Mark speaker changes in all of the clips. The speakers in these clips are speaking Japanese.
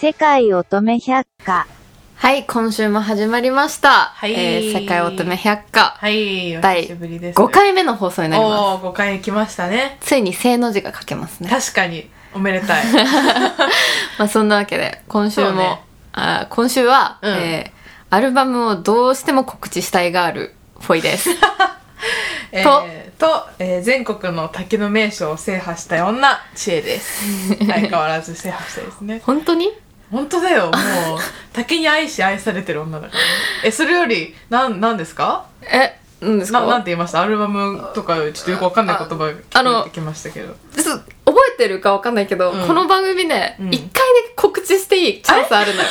Speaker 1: 世界乙女百科
Speaker 2: はい、今週も始まりました。
Speaker 3: はい
Speaker 2: えー世界乙女百科。
Speaker 3: はい、お
Speaker 2: 第
Speaker 3: 久しぶりです。
Speaker 2: 5回目の放送になりま
Speaker 3: おー、5回来ましたね。
Speaker 2: す。ついに正の字が書けます ね。
Speaker 3: 確かに、おめで たい。
Speaker 2: まあそんなわけで、今週
Speaker 3: そう
Speaker 2: も、
Speaker 3: ね
Speaker 2: あー今週は、
Speaker 3: うん
Speaker 2: えーアルバムをどうしても告知したいがあるフォイです。
Speaker 3: えーと、えー全国の滝の名所を制覇した女、知 恵です。相変わらず制覇したいですね。
Speaker 2: 本当に
Speaker 3: 本当だよ、も う、滝に愛し愛されてる女だからね。え、それより、なん、なんですか
Speaker 2: え、なんです
Speaker 3: な、なん
Speaker 2: か
Speaker 3: て言いましたアルバムとか、ちょっとよくわかんない言葉が
Speaker 2: ああの
Speaker 3: 聞こえてきましたけど。
Speaker 2: ちょっと覚えてるかわかんないけど、
Speaker 3: うん
Speaker 2: この番組ね、一
Speaker 3: うん
Speaker 2: 1回だけ告知していいチャンスある のよ。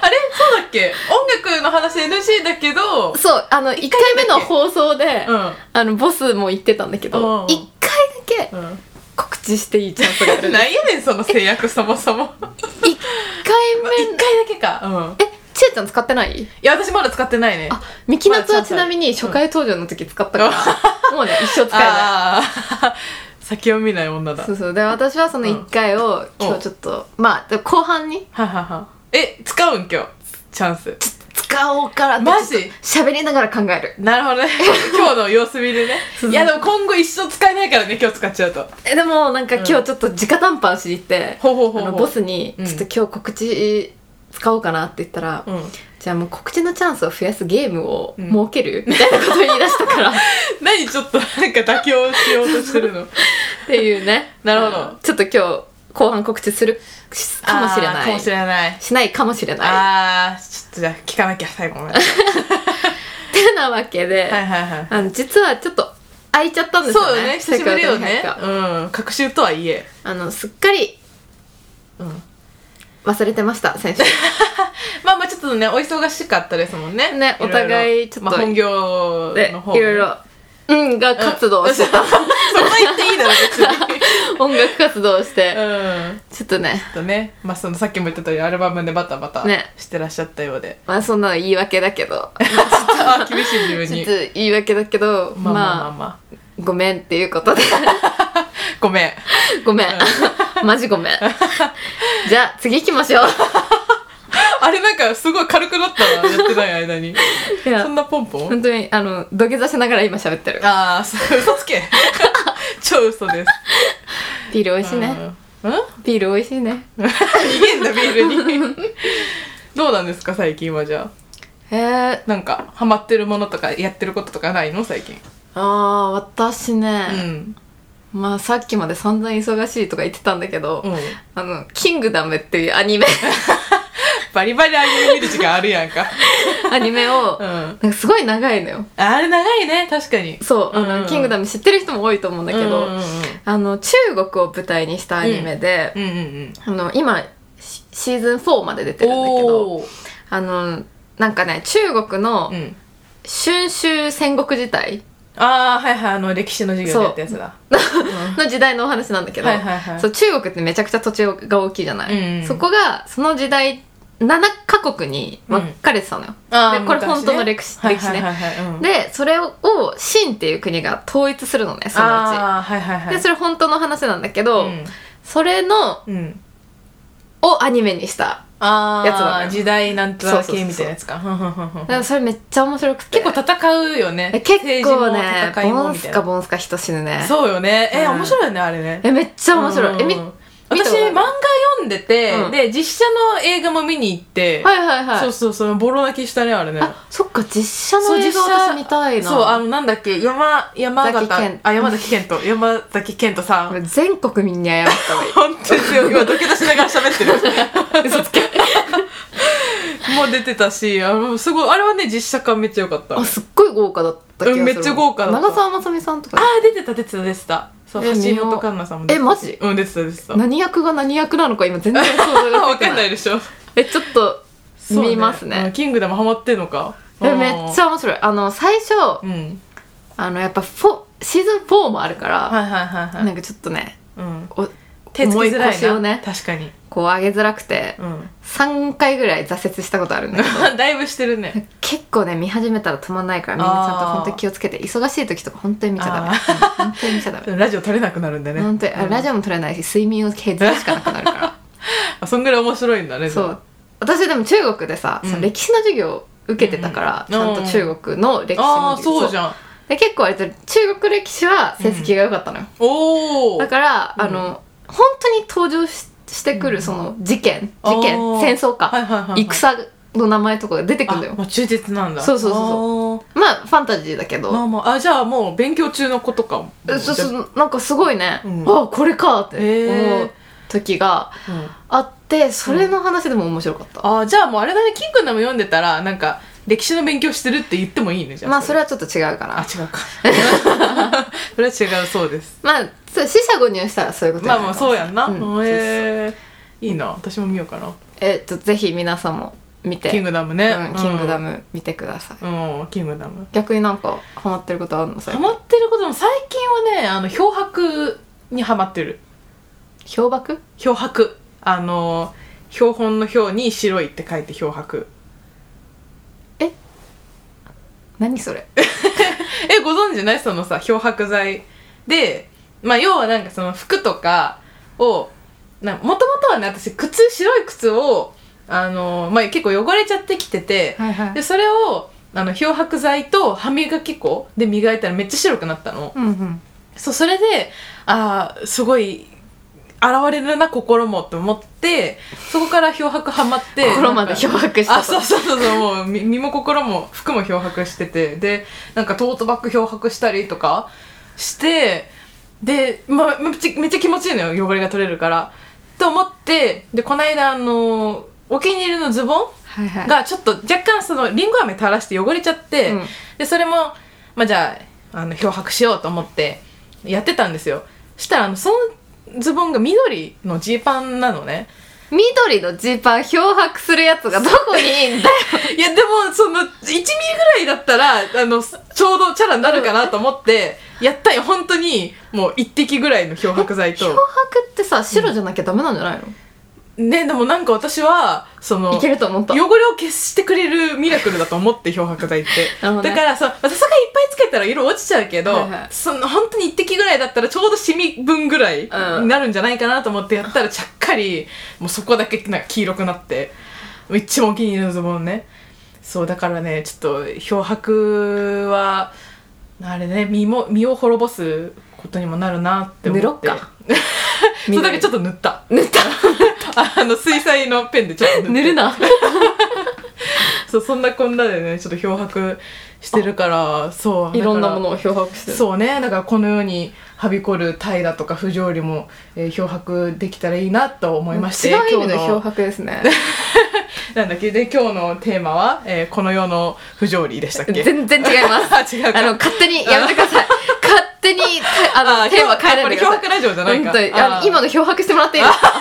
Speaker 3: あれそうだっけ音楽の話 NG だ けど、
Speaker 2: そう、あの、1回目の放送で、
Speaker 3: う
Speaker 2: あの、ボスも言ってたんだけ
Speaker 3: う
Speaker 2: ど、
Speaker 3: ん
Speaker 2: 1回だけ
Speaker 3: ん。うん。
Speaker 2: 告知していいチャンスがある。
Speaker 3: なんやねん、その制約そもそも。
Speaker 2: 一回
Speaker 3: まあ一
Speaker 2: 目
Speaker 3: 回だけか。うん。
Speaker 2: えちえちゃん使ってない
Speaker 3: いや、私まだ使ってないね。
Speaker 2: あミキナツ
Speaker 3: ま
Speaker 2: は
Speaker 3: あ
Speaker 2: ちなみに初回登場の時使ったから、もうね一生使えない
Speaker 3: あー 先を見ない女だ。
Speaker 2: そ
Speaker 3: は
Speaker 2: うそうで私はその1回を、今日ちょっとまあで後半に
Speaker 3: はは。え、使うん今日。チャンス。
Speaker 2: 使おうからって
Speaker 3: マジ
Speaker 2: ちょっと喋りながら考える
Speaker 3: なるほど ね。今日の様子見でね
Speaker 2: そう。
Speaker 3: いや、でも今後一生使えないからね、今日使っちゃうと。
Speaker 2: えでもなんか今日ちょっと直談判しに行って、
Speaker 3: ほうほうほう
Speaker 2: あ
Speaker 3: ほう。
Speaker 2: のボスに、
Speaker 3: うん
Speaker 2: ちょっと今日告知使おうかなって言ったら、
Speaker 3: うん。
Speaker 2: じゃあもう告知のチャンスを増やすゲームを
Speaker 3: うん
Speaker 2: 設ける、みたいなことを言い出したからっ
Speaker 3: 何ちょっとなんか妥協しようとしてるの。
Speaker 2: ていうね
Speaker 3: なるほど
Speaker 2: ちょっと今日後半告知するし かもしれ
Speaker 3: あ
Speaker 2: な
Speaker 3: ー
Speaker 2: い
Speaker 3: かもしれない。
Speaker 2: しないかもしれない。
Speaker 3: あー、ちょっとじゃあ聞かなきゃ、最後まで。は
Speaker 2: てなわけで、
Speaker 3: いは いはい。
Speaker 2: あの実はちょっと空いちゃったんですよね。
Speaker 3: そうよね、久しぶりよね
Speaker 2: 世界。大会
Speaker 3: う
Speaker 2: が
Speaker 3: ん。隔週とはいえ。
Speaker 2: あのすっかり
Speaker 3: うん。
Speaker 2: 忘れてました 先週。
Speaker 3: まあまあちょっとねお忙しかったですもんね
Speaker 2: ね
Speaker 3: ろ
Speaker 2: お
Speaker 3: ろ
Speaker 2: 互いちょっと
Speaker 3: まあ、本業
Speaker 2: で
Speaker 3: の方
Speaker 2: いろいろ音楽活動をしてた、
Speaker 3: そこ言っていいだろ別 に
Speaker 2: 音楽活動をして、
Speaker 3: うん
Speaker 2: ちょっとね
Speaker 3: あとね、まあ、そのさっきも言った通りアルバムでバタバタ
Speaker 2: ね
Speaker 3: してらっしゃったようで、
Speaker 2: まあそんなの言い訳だけど
Speaker 3: あ厳しい自分
Speaker 2: ちょっ
Speaker 3: に
Speaker 2: と言い訳だけどま
Speaker 3: ま
Speaker 2: あ
Speaker 3: あまあまあまあ
Speaker 2: ごめんっていうことで
Speaker 3: ごめん
Speaker 2: ごめんマジごめんじゃあ次行きましょう
Speaker 3: あれなんかすごい軽くなったなやってない間に
Speaker 2: いや
Speaker 3: そんなポンポン
Speaker 2: 本当にあの土下座しながら今喋ってる
Speaker 3: ああそう嘘 つけ超嘘です
Speaker 2: ビール美味しいね、
Speaker 3: うんうん
Speaker 2: ビール美味しいね
Speaker 3: 逃げんだビールにどうなんですか最近はじゃあ
Speaker 2: へえ
Speaker 3: なんかハマってるものとかやってることとかないの最近
Speaker 2: ああ私
Speaker 3: う
Speaker 2: ね、
Speaker 3: ん
Speaker 2: まあさっきまで散々忙しいとか言ってたんだけど、
Speaker 3: うん
Speaker 2: あの「キングダム」っていうアニメ
Speaker 3: バリバリアニメ見る時間あるや んか
Speaker 2: アニメを、
Speaker 3: うんあ
Speaker 2: なんかすごい長いのよ
Speaker 3: あれ長いね確かに
Speaker 2: そう、あのキングダ
Speaker 3: ム
Speaker 2: ム知ってる人も多いと思うんだ
Speaker 3: だ
Speaker 2: けど、
Speaker 3: うんうん
Speaker 2: あの中国を舞台にしたアニメで、
Speaker 3: うんうん
Speaker 2: あの今シシーズン4まで出てるんだけど
Speaker 3: おおー
Speaker 2: あのなんかね中国の
Speaker 3: うん
Speaker 2: 春秋戦国時代
Speaker 3: ああはいはいあの歴史の授業でやったやつだ
Speaker 2: の時代のお話なんだけど、
Speaker 3: はいはいはい
Speaker 2: そう中国ってめちゃくちゃ土地が大きいじゃない、
Speaker 3: うんうん
Speaker 2: そこがその時代7カ国に分かれてたのよ、
Speaker 3: あー
Speaker 2: でこれ
Speaker 3: 昔ね
Speaker 2: 本当の歴史,、
Speaker 3: はい
Speaker 2: 歴史
Speaker 3: は
Speaker 2: ね、
Speaker 3: いはいはいうん
Speaker 2: でそれを秦っていう国が統一するのねそのう
Speaker 3: ああはいはいは
Speaker 2: ち
Speaker 3: い
Speaker 2: でそれ本当の話なんだけど、
Speaker 3: うん
Speaker 2: それの
Speaker 3: うん
Speaker 2: をアニメにした
Speaker 3: あ
Speaker 2: やつなの
Speaker 3: あ
Speaker 2: よ
Speaker 3: 時代なんとなく系みたいなやつかふんふんふんふん
Speaker 2: だからそれめっちゃ面白くて
Speaker 3: 結構戦うよね
Speaker 2: え結構ね
Speaker 3: 政治も戦い
Speaker 2: ボ
Speaker 3: も
Speaker 2: ン
Speaker 3: みた
Speaker 2: ス
Speaker 3: い
Speaker 2: カ
Speaker 3: な
Speaker 2: ボンスカ人死ぬね
Speaker 3: そうよねえ
Speaker 2: うん
Speaker 3: 面白いよねあれね
Speaker 2: えめっちゃ面白い、えみ
Speaker 3: うん
Speaker 2: 見た
Speaker 3: 私
Speaker 2: ことある
Speaker 3: 漫画読んでて、
Speaker 2: うん
Speaker 3: で実写の映画も見に行って、
Speaker 2: はいはいはい
Speaker 3: そうそうそうボロ泣きしたねあれね
Speaker 2: あそっか実写
Speaker 3: そ
Speaker 2: の
Speaker 3: う
Speaker 2: 映
Speaker 3: 実
Speaker 2: 画
Speaker 3: 写
Speaker 2: 私見たいな
Speaker 3: そうあのなんだっけ山山
Speaker 2: 山崎
Speaker 3: 形
Speaker 2: 賢
Speaker 3: あ山崎賢人山崎賢人さ
Speaker 2: こ
Speaker 3: ん
Speaker 2: れ全国民に謝った方がいい
Speaker 3: 本当ですよ今ドキドキしながら 喋ってる
Speaker 2: 嘘つけ
Speaker 3: もう出てたしあのすごいあれはね実写化めっちゃ良かった あ
Speaker 2: あすっごい豪華だった気がする
Speaker 3: うんめっちゃ豪華だった
Speaker 2: 長澤まさみさんとか
Speaker 3: ー出てた出てた出てたそう
Speaker 2: え
Speaker 3: 橋
Speaker 2: 見よう
Speaker 3: 本環奈さんも出てた
Speaker 2: えマジ
Speaker 3: うん出てた出てた
Speaker 2: 何役が何役なのか今全然想像が
Speaker 3: わ
Speaker 2: ついて
Speaker 3: かん
Speaker 2: な
Speaker 3: ない
Speaker 2: い
Speaker 3: でしょ
Speaker 2: えちょっと
Speaker 3: そう
Speaker 2: 見ますね
Speaker 3: うんキングダムハマってんのか
Speaker 2: でめっちゃ面白いあの最初
Speaker 3: うん
Speaker 2: あのやっぱフォシーズン4もあるから、
Speaker 3: はいはいはいはい、
Speaker 2: なんかちょっとね
Speaker 3: うん、
Speaker 2: お
Speaker 3: 手つきづ
Speaker 2: 重い
Speaker 3: らい
Speaker 2: 腰
Speaker 3: な
Speaker 2: をね
Speaker 3: 確かに、
Speaker 2: こう上げづらくて
Speaker 3: う、ん、
Speaker 2: 3回ぐらい挫折したことあるんだけど
Speaker 3: だいぶしてるね
Speaker 2: 結構ね見始めたら止まんないからみんなちゃんと
Speaker 3: あー
Speaker 2: 本当に気をつけて忙しい時とか本当に見ちゃダメ
Speaker 3: あ
Speaker 2: うん本当に見ちゃダメ
Speaker 3: ラジオ取れなくなるん だね
Speaker 2: 本当にあラジオも取れないし睡眠を削るしかなくなるから
Speaker 3: あそんぐらい面白いんだね
Speaker 2: そ
Speaker 3: でも
Speaker 2: う私でも中国でさ、
Speaker 3: うん
Speaker 2: その歴史の授業を受けてたから、
Speaker 3: うんうん
Speaker 2: ちゃんと中国の歴史の
Speaker 3: ああ
Speaker 2: 授業
Speaker 3: そうじゃん
Speaker 2: そうで結構割と中国歴史は成績が良かったのよ、
Speaker 3: おお
Speaker 2: だから、
Speaker 3: うん
Speaker 2: あの本当に登場ししてくるその事件事件
Speaker 3: あー
Speaker 2: 戦争か、
Speaker 3: はいはいはいはい、
Speaker 2: 戦の名前とかが出てくるんだ
Speaker 3: あ
Speaker 2: よ
Speaker 3: もう忠実なんだ
Speaker 2: そうそうそうまあファンタジーだけ
Speaker 3: あーま
Speaker 2: ど
Speaker 3: あまああじゃあもう勉強中のことかも
Speaker 2: そうそううなんかすごいね、
Speaker 3: うん
Speaker 2: あこれかって思
Speaker 3: へー
Speaker 2: う時が
Speaker 3: ん
Speaker 2: あってそれの話でも面白かった、
Speaker 3: あーじゃあもうあれだねキンくんでも読んでたらなんか歴史の勉強してるって言ってもいいねじゃあ
Speaker 2: まあそれ
Speaker 3: は
Speaker 2: はちょっと違うか
Speaker 3: あ
Speaker 2: ら
Speaker 3: 違うか それは違うそうです
Speaker 2: まあそう四捨五入したらそういうことにな
Speaker 3: まあ
Speaker 2: る
Speaker 3: まあそうやんな、
Speaker 2: うんそうそう
Speaker 3: へえいいな私も見ようかな
Speaker 2: えっとぜひ皆さんも見て
Speaker 3: キングダムね、
Speaker 2: うんキングダム見てください、
Speaker 3: ムうんキングダム
Speaker 2: 逆になんかハマってることあるの最
Speaker 3: ハ
Speaker 2: 近
Speaker 3: マってることも最近はねあの漂白にハマってる
Speaker 2: 氷瀑
Speaker 3: 漂白あの標本の標に白いって書いて漂白
Speaker 2: 何それ
Speaker 3: えご存知ないそのさ漂白剤でまあ要はなんかその服とかをもともとはね私靴白い靴をあの、まあ、結構汚れちゃってきてて、
Speaker 2: はいは
Speaker 3: でそれをあの漂白剤と歯磨き粉で磨いたらめっちゃ白くなったの、
Speaker 2: うんうん
Speaker 3: そうそれでああすごい現れるな心もって思ってそこから漂白ハマって
Speaker 2: 心まで漂白したと
Speaker 3: あそうそうそうそうもうみ身も心も服も漂白しててでなんかトートバッグ漂白したりとかしてで、まあ、めっちゃめっちゃ気持ちいいのよ汚れが取れるからと思ってでこの間あのお気に入りのズボ
Speaker 2: はいは
Speaker 3: ン
Speaker 2: い
Speaker 3: がちょっと若干そのりんご飴垂らして汚れちゃって、
Speaker 2: うん
Speaker 3: でそれも、まあ、じゃああの漂白しようと思ってやってたんですよしたらあのそのズボンが緑のジーパンな のね
Speaker 2: 緑のジーパン漂白するやつがどこにいいんだよ
Speaker 3: いやでもその1ミリぐらいだったらあのちょうどチャラになるかなと思ってやったよ本当にもう1滴ぐらいの漂白剤
Speaker 2: 漂
Speaker 3: と
Speaker 2: 白ってさ白じゃなきゃダメなんじゃないの、
Speaker 3: ねでもなんか私はその
Speaker 2: いけると思った
Speaker 3: 汚れを消してくれるミラクルだと思って漂白剤って
Speaker 2: なるほどね
Speaker 3: だからそうさすがいっぱいつけたら色落ちちゃうけど、
Speaker 2: はいはい
Speaker 3: その本当に1滴ぐらいだったらちょうどシミ分ぐらいになるんじゃないかなと思ってやったらちゃっかりもうそこだけなんか黄色くなってもう一番お気に入りのズボンねそうだからねちょっと漂白はあれね身も身を滅ぼすことにもなるなって思
Speaker 2: 塗
Speaker 3: って
Speaker 2: ろっか
Speaker 3: そうだけどちょっと塗った
Speaker 2: 塗った
Speaker 3: あの水彩のペンでちょっ と
Speaker 2: 塗 るな
Speaker 3: そうそんなこんなでねちょっと漂白してるからそう
Speaker 2: い
Speaker 3: い
Speaker 2: ろんなものを漂白してる
Speaker 3: そうねだからこのようにはびこる怠惰とか不条理も、えー漂白できたらいいなと思いまして
Speaker 2: 違う意味で
Speaker 3: 今日
Speaker 2: 漂
Speaker 3: の
Speaker 2: 白ですね
Speaker 3: なんだっけで今日のテーマは、えーこの世の不条理でしたっけ
Speaker 2: 全然違います
Speaker 3: あ違うか
Speaker 2: あの勝手にやめてくだ さい勝手にたあのテーマ変えないでください
Speaker 3: 漂白ラジオじゃない
Speaker 2: 本
Speaker 3: か
Speaker 2: 当にあの今の漂白してもらっていいです か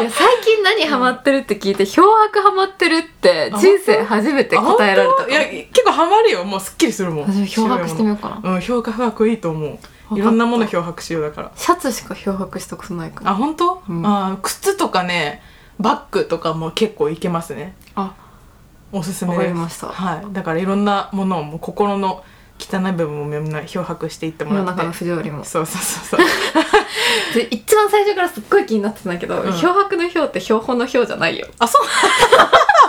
Speaker 2: いや最近何ハマってるって聞いて漂白ハマってるって人生初めて答えられた
Speaker 3: いや結構ハマるよもうすっきりするもん
Speaker 2: 私も漂白してみようかな
Speaker 3: 白いものうん漂白いいと思
Speaker 2: た
Speaker 3: ういろんなもの漂白しようだから
Speaker 2: シャツしか漂白したことないから
Speaker 3: あ本当、
Speaker 2: うん
Speaker 3: あー靴とかねバッグとかも結構いけますね
Speaker 2: あ
Speaker 3: おすすめです
Speaker 2: わかりました
Speaker 3: はい、だからいろんなものをもう心の汚い部分もみんな漂白していって
Speaker 2: 世
Speaker 3: もら
Speaker 2: の
Speaker 3: っ
Speaker 2: 中の
Speaker 3: て
Speaker 2: 不条理も
Speaker 3: そうそうそう そう
Speaker 2: で一番最初からすっごい気になってたんだけど、
Speaker 3: うん
Speaker 2: 漂白の漂って標本の漂じゃないよ
Speaker 3: あそう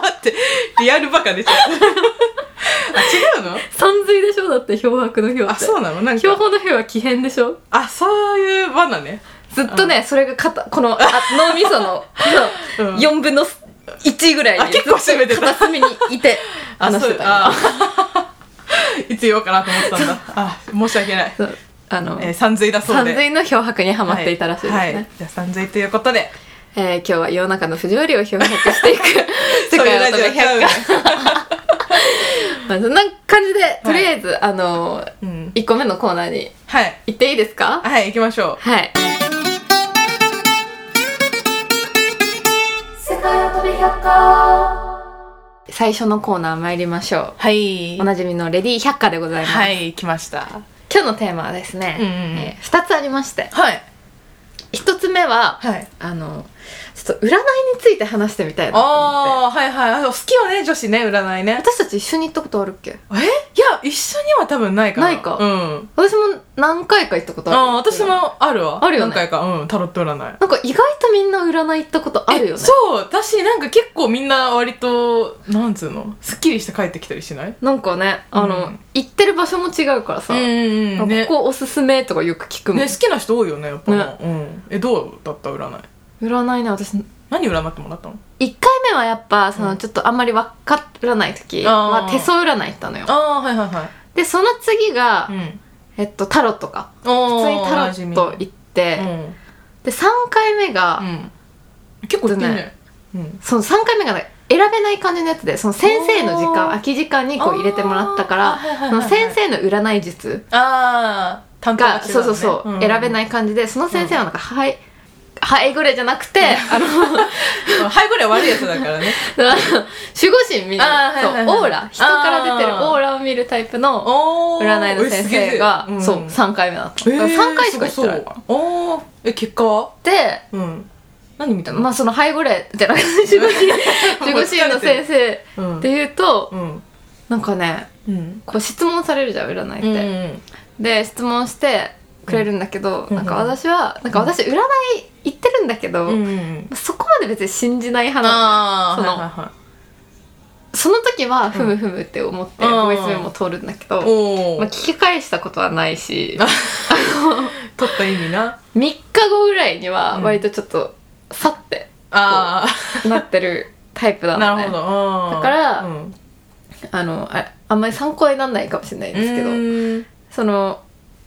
Speaker 3: 待ってリアルバ カ出ちゃったあ違うの
Speaker 2: 山水でしょだって漂白の漂って
Speaker 3: あそうなのなん
Speaker 2: 標
Speaker 3: か
Speaker 2: 本の漂は奇変でしょ
Speaker 3: あそういう罠ね
Speaker 2: ずっとね、それがかたこのあ脳みそのこ
Speaker 3: う
Speaker 2: の
Speaker 3: ん
Speaker 2: 4分の1ぐらい
Speaker 3: あ
Speaker 2: に
Speaker 3: 結構
Speaker 2: ずっと
Speaker 3: 占めてた
Speaker 2: 片隅にいて話してたよ
Speaker 3: あ そうあーいつ言おうかなと思ってたんだあ申し訳ない、
Speaker 2: そうあの、
Speaker 3: えー、三髄だそう
Speaker 2: 山
Speaker 3: で
Speaker 2: 水の漂白にはまっていたらしいですね、
Speaker 3: はいはい、じゃあ三髄ということで
Speaker 2: えー今日は世の中の不条理を漂白していく世
Speaker 3: そういう
Speaker 2: 界
Speaker 3: ラ
Speaker 2: の
Speaker 3: ジ
Speaker 2: た
Speaker 3: オ
Speaker 2: め
Speaker 3: ちゃう
Speaker 2: 百
Speaker 3: ね
Speaker 2: 科、 まあ、そんな感じでとりあえず、あのー
Speaker 3: うん、
Speaker 2: 1個目のコーナーに
Speaker 3: はい
Speaker 2: 行っていいですか
Speaker 3: はい行きましょ
Speaker 2: はい世界乙女百科最初のコーナー参りましょ
Speaker 3: はい。
Speaker 2: う。おなじみのレディー百科でございます。
Speaker 3: はい、来ました。
Speaker 2: 今日のテーマはですね、
Speaker 3: うんうんうん
Speaker 2: えー二つありまして、
Speaker 3: はい。
Speaker 2: 一つ目は、
Speaker 3: はい。
Speaker 2: あの、ちょっと占いについて話してみたいなと思って。
Speaker 3: ああ、はいはい。あ好きよね、女子ね、占いね。
Speaker 2: 私たち一緒に行ったことあるっけ
Speaker 3: えいや、一緒には多分ないかな。
Speaker 2: ないか
Speaker 3: うん。
Speaker 2: 私も何回か行ったことある。
Speaker 3: ああ、私。もあるわ。
Speaker 2: あるよね
Speaker 3: 何回か、うん、タロット占い。
Speaker 2: なんか意外とみんな占い行ったことあるよ
Speaker 3: え
Speaker 2: ね。
Speaker 3: そう、私なんか結構みんな割と、なんつうの、すっきりして帰ってきたりしない
Speaker 2: なんかね、あの、
Speaker 3: うん
Speaker 2: 行ってる場所も違うからさ、
Speaker 3: ん
Speaker 2: なんか
Speaker 3: ね
Speaker 2: ここおすすめとかよく聞くもん。
Speaker 3: ね、好きな人多いよね、やっぱ、うん。え、どうだった占い。
Speaker 2: 占いね、私、
Speaker 3: 何占ってもらったの
Speaker 2: 1回目はやっぱそうの
Speaker 3: ん
Speaker 2: ちょっとあんまり分からない時は
Speaker 3: あー
Speaker 2: 手相占い行ったのよ
Speaker 3: ああ、はいはいはい。
Speaker 2: でその次が、
Speaker 3: うん。
Speaker 2: えっと、タロットか普
Speaker 3: お
Speaker 2: 通
Speaker 3: ー
Speaker 2: にタロ
Speaker 3: おなじ
Speaker 2: ッ
Speaker 3: み
Speaker 2: ト行って、
Speaker 3: うん。
Speaker 2: で3回目が、
Speaker 3: うん、結構いってんね。うん、
Speaker 2: その3回目がね選べない感じのやつでその先生の時間
Speaker 3: おー
Speaker 2: 空き時間にこう入れてもらったか
Speaker 3: あー
Speaker 2: ら
Speaker 3: はいは
Speaker 2: そ
Speaker 3: いはい
Speaker 2: の
Speaker 3: はい
Speaker 2: 先生の占い術
Speaker 3: ああ担当
Speaker 2: が、
Speaker 3: が違う
Speaker 2: そうそうそう、選べないい感じでその先生はなんか、はいはいぐらいじゃなくて、あの、
Speaker 3: ハイボレー悪いやつだからね
Speaker 2: 守護神見る、
Speaker 3: あーはい
Speaker 2: そう、
Speaker 3: はいはい
Speaker 2: オーラ、人から出てるオーラを見るタイプの
Speaker 3: おー
Speaker 2: 占いの先生が、
Speaker 3: おいす
Speaker 2: そ
Speaker 3: げえ
Speaker 2: う、
Speaker 3: ん
Speaker 2: 3回目だった。
Speaker 3: えー
Speaker 2: 3回しか行ってない
Speaker 3: すご。そうおーえ結果は
Speaker 2: で、
Speaker 3: うん何見たの
Speaker 2: まあその背後霊じゃなくて、 守護神、守護神の先生っ
Speaker 3: うん
Speaker 2: ていうと、
Speaker 3: うん
Speaker 2: なんかね、
Speaker 3: うん
Speaker 2: こう質問されるじゃん、占いっ
Speaker 3: う
Speaker 2: て。
Speaker 3: ん
Speaker 2: で、質問してくれるんだけど、
Speaker 3: うん
Speaker 2: なんか私は、なんか私占い行ってるんだけど、
Speaker 3: うんうん
Speaker 2: そこまで別に信じない派なの
Speaker 3: ああ
Speaker 2: その
Speaker 3: はいはいはい
Speaker 2: その時は、ふむふむって思って、
Speaker 3: うん
Speaker 2: ボイスメモ通るんだけど、
Speaker 3: おお
Speaker 2: まあ、聞き返したことはないし、
Speaker 3: 取った意味な
Speaker 2: 3日後ぐらいには割とちょっと去って
Speaker 3: あ
Speaker 2: なってるタイプな
Speaker 3: あ
Speaker 2: の
Speaker 3: な
Speaker 2: ね
Speaker 3: るほど
Speaker 2: だから
Speaker 3: うん
Speaker 2: あのああんまり参考にならないかもしれないんですけ
Speaker 3: う
Speaker 2: ど
Speaker 3: ーん
Speaker 2: その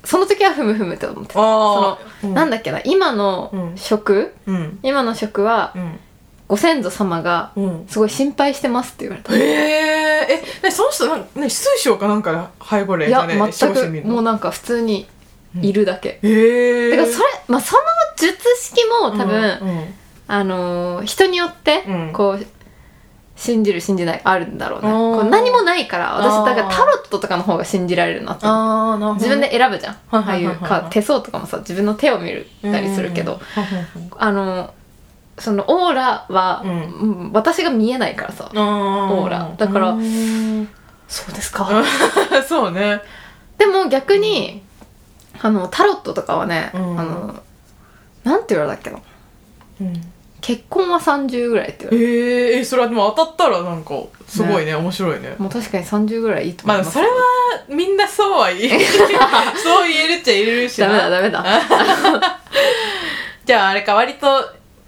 Speaker 2: その時はふむふむって思ってた
Speaker 3: あー
Speaker 2: その、
Speaker 3: うん
Speaker 2: なんだっけな今の職、
Speaker 3: うん
Speaker 2: 今の職は
Speaker 3: うん
Speaker 2: ご先祖様が
Speaker 3: うん
Speaker 2: すごい心配してますって言われた、
Speaker 3: えー、え、ね、その人なん、ね、水晶かなんかでハイボレー
Speaker 2: い
Speaker 3: じゃ
Speaker 2: や
Speaker 3: ねえ
Speaker 2: 全
Speaker 3: して見
Speaker 2: く
Speaker 3: る
Speaker 2: もう
Speaker 3: の
Speaker 2: なんか普通にいるだけ、
Speaker 3: えー、
Speaker 2: だからそれ、まあ、その術式も多分、
Speaker 3: うんうん
Speaker 2: あのー人によって
Speaker 3: うん
Speaker 2: こう、信じる信じないあるんだろうね
Speaker 3: おー
Speaker 2: こう何もないから私
Speaker 3: あー
Speaker 2: だからタロットとかの方が信じられるなって思う
Speaker 3: ああなるほど
Speaker 2: 自分で選ぶじゃん
Speaker 3: はい
Speaker 2: ああ
Speaker 3: はいいはいうはい
Speaker 2: か手相とかもさ自分の手を見るたりするけど、あのーそのオーラは、
Speaker 3: うん
Speaker 2: うん私が見えないからさ
Speaker 3: オ
Speaker 2: オーラだから
Speaker 3: そうですか そうね
Speaker 2: でも逆にあのタロットとかはね、
Speaker 3: うん
Speaker 2: あのなんて言われたっけな
Speaker 3: うん
Speaker 2: 結婚は30ぐらいって言わ
Speaker 3: え
Speaker 2: れ
Speaker 3: ーえそれはでも当たったらなんかすごいね面白いね
Speaker 2: たもう確かに30ぐらいいいと思
Speaker 3: ま
Speaker 2: い
Speaker 3: あ
Speaker 2: ます
Speaker 3: それはみんなそう は言えそう言えるっちゃ言えるしな
Speaker 2: ダメだダメだ
Speaker 3: じゃああれか割と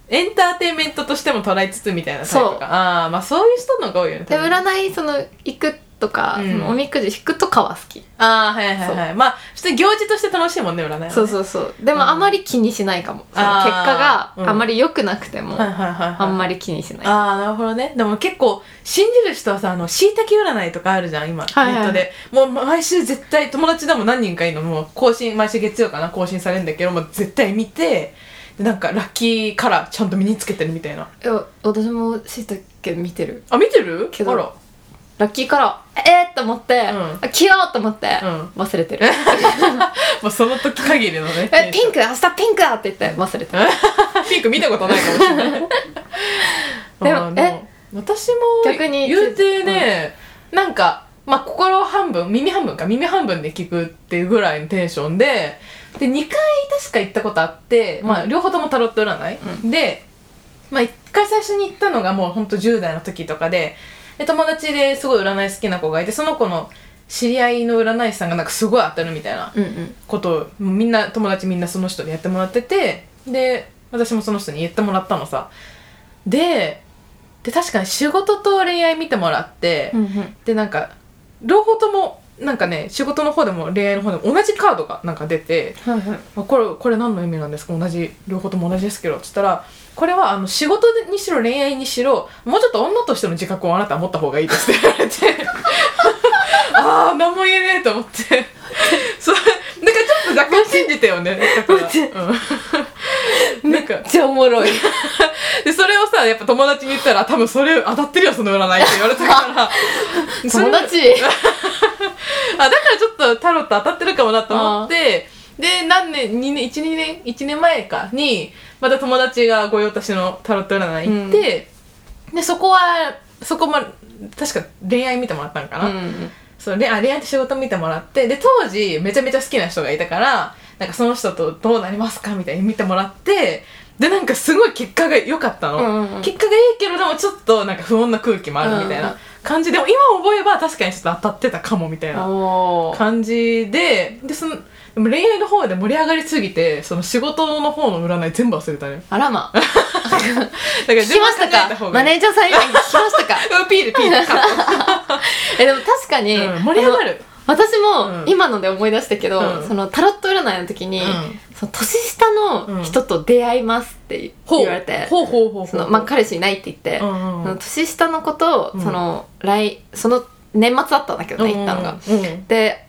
Speaker 3: エンターテインメントとしても捉えつつみたいなタイ
Speaker 2: そう
Speaker 3: プかああまあそういう人の方が多いよね
Speaker 2: で
Speaker 3: 多分ね
Speaker 2: 占いその行くとか、
Speaker 3: うん
Speaker 2: そのおみくじ引くとかは好き、
Speaker 3: ああはいはいはいまあ普通に行事として楽しいもんね占いはね
Speaker 2: そうそうそうでもあまり気にしないかも、その
Speaker 3: あー
Speaker 2: 結果
Speaker 3: うん
Speaker 2: があまり良くなくても、
Speaker 3: はいはいはいはい
Speaker 2: あんまり気にしない、
Speaker 3: ああなるほどねでも結構信じる人はさあのしいたけ占いとかあるじゃん今、
Speaker 2: はいはいはい
Speaker 3: ネットでもう毎週絶対友達でも何人かいるのもう更新毎週月曜かな更新されるんだけどもう絶対見てでなんかラッキーカラーちゃんと身につけてるみたいない
Speaker 2: や私もしいたけ見てる
Speaker 3: あ見てる
Speaker 2: けど
Speaker 3: あら
Speaker 2: ラッキーカラーえー、っと思って、
Speaker 3: ん
Speaker 2: あ着ようと思って、
Speaker 3: うん
Speaker 2: 忘れてる
Speaker 3: まあその時限りのね
Speaker 2: えピンクだ明日ピンクだって言って忘れてる
Speaker 3: ピンク見たことないかもしれない
Speaker 2: でも
Speaker 3: あー私も
Speaker 2: 逆に
Speaker 3: 言うてね、なんかまあ心半分耳半分か耳半分で聞くっていうぐらいのテンションでで2回確か行ったことあって、まあ両方ともタロット占い、で、まあ、1回最初に行ったのがもうほんと10代の時とかでで友達ですごい占い好きな子がいてその子の知り合いの占い師さんがなんかすごい当たるみたいな
Speaker 2: うんうん
Speaker 3: ことをみんな友達みんなその人でやってもらっててで私もその人に言ってもらったのさでで確かに仕事と恋愛見てもらって、
Speaker 2: うんうん
Speaker 3: でなんか両方ともなんかね仕事の方でも恋愛の方でも同じカードがなんか出て
Speaker 2: はいはい
Speaker 3: 「あこれこれ何の意味なんですか同じ両方とも同じですけど」っつったら「これはあの仕事にしろ恋愛にしろもうちょっと女としての自覚をあなたは持った方がいいです」って言われて ああ何も言えねえと思って そうだからちょっと若干信じてよねだから、
Speaker 2: 待っ
Speaker 3: うんなんか
Speaker 2: めっちゃおも ろい。
Speaker 3: でそれをさやっぱ友達に言ったら多分それ当たってるよその占いって言われたからそれ
Speaker 2: 友達。
Speaker 3: あだからちょっとタロット当たってるかもなと思ってで何年2年12年1年前かにまた友達が御用達のタロット占い行って、でそこはそこも確か恋愛見てもらったんか
Speaker 2: う
Speaker 3: な、
Speaker 2: ん。
Speaker 3: そう恋あ恋愛と仕事見てもらってで当時めちゃめちゃ好きな人がいたからなんかその人とどうなりますかみたいに見てもらってでなんかすごい結果が良かったの、
Speaker 2: うんうんうん
Speaker 3: 結果がいいけれどもちょっとなんか不穏な空気もあるみたい
Speaker 2: うんう
Speaker 3: な
Speaker 2: ん
Speaker 3: 感じ、でも今覚えば確かにちょっと当たってたかもみたいな
Speaker 2: おー。
Speaker 3: 感じででそのでも恋愛の方で盛り上がりすぎてその仕事の方の占い全部忘れたね
Speaker 2: あらま。
Speaker 3: だから
Speaker 2: 聞きましたかマネ
Speaker 3: ー
Speaker 2: ージャーさん以外に聞きました か
Speaker 3: ピーでピーでカッ
Speaker 2: え、でも確かに、
Speaker 3: トうん盛り上が
Speaker 2: あの
Speaker 3: る
Speaker 2: 私
Speaker 3: う
Speaker 2: も
Speaker 3: ん
Speaker 2: 今ので思い出したけど、
Speaker 3: うん
Speaker 2: そのタロット占いの時に、
Speaker 3: うん
Speaker 2: その年下の人と出会いますって
Speaker 3: ほう
Speaker 2: 言われて、
Speaker 3: ほうほうほうほう
Speaker 2: そのまあ、彼氏いないって言って、
Speaker 3: うんうん
Speaker 2: その年下の子と、
Speaker 3: うん
Speaker 2: その来その年末だったんだけどね、行ったのが、
Speaker 3: うんうんうん
Speaker 2: で、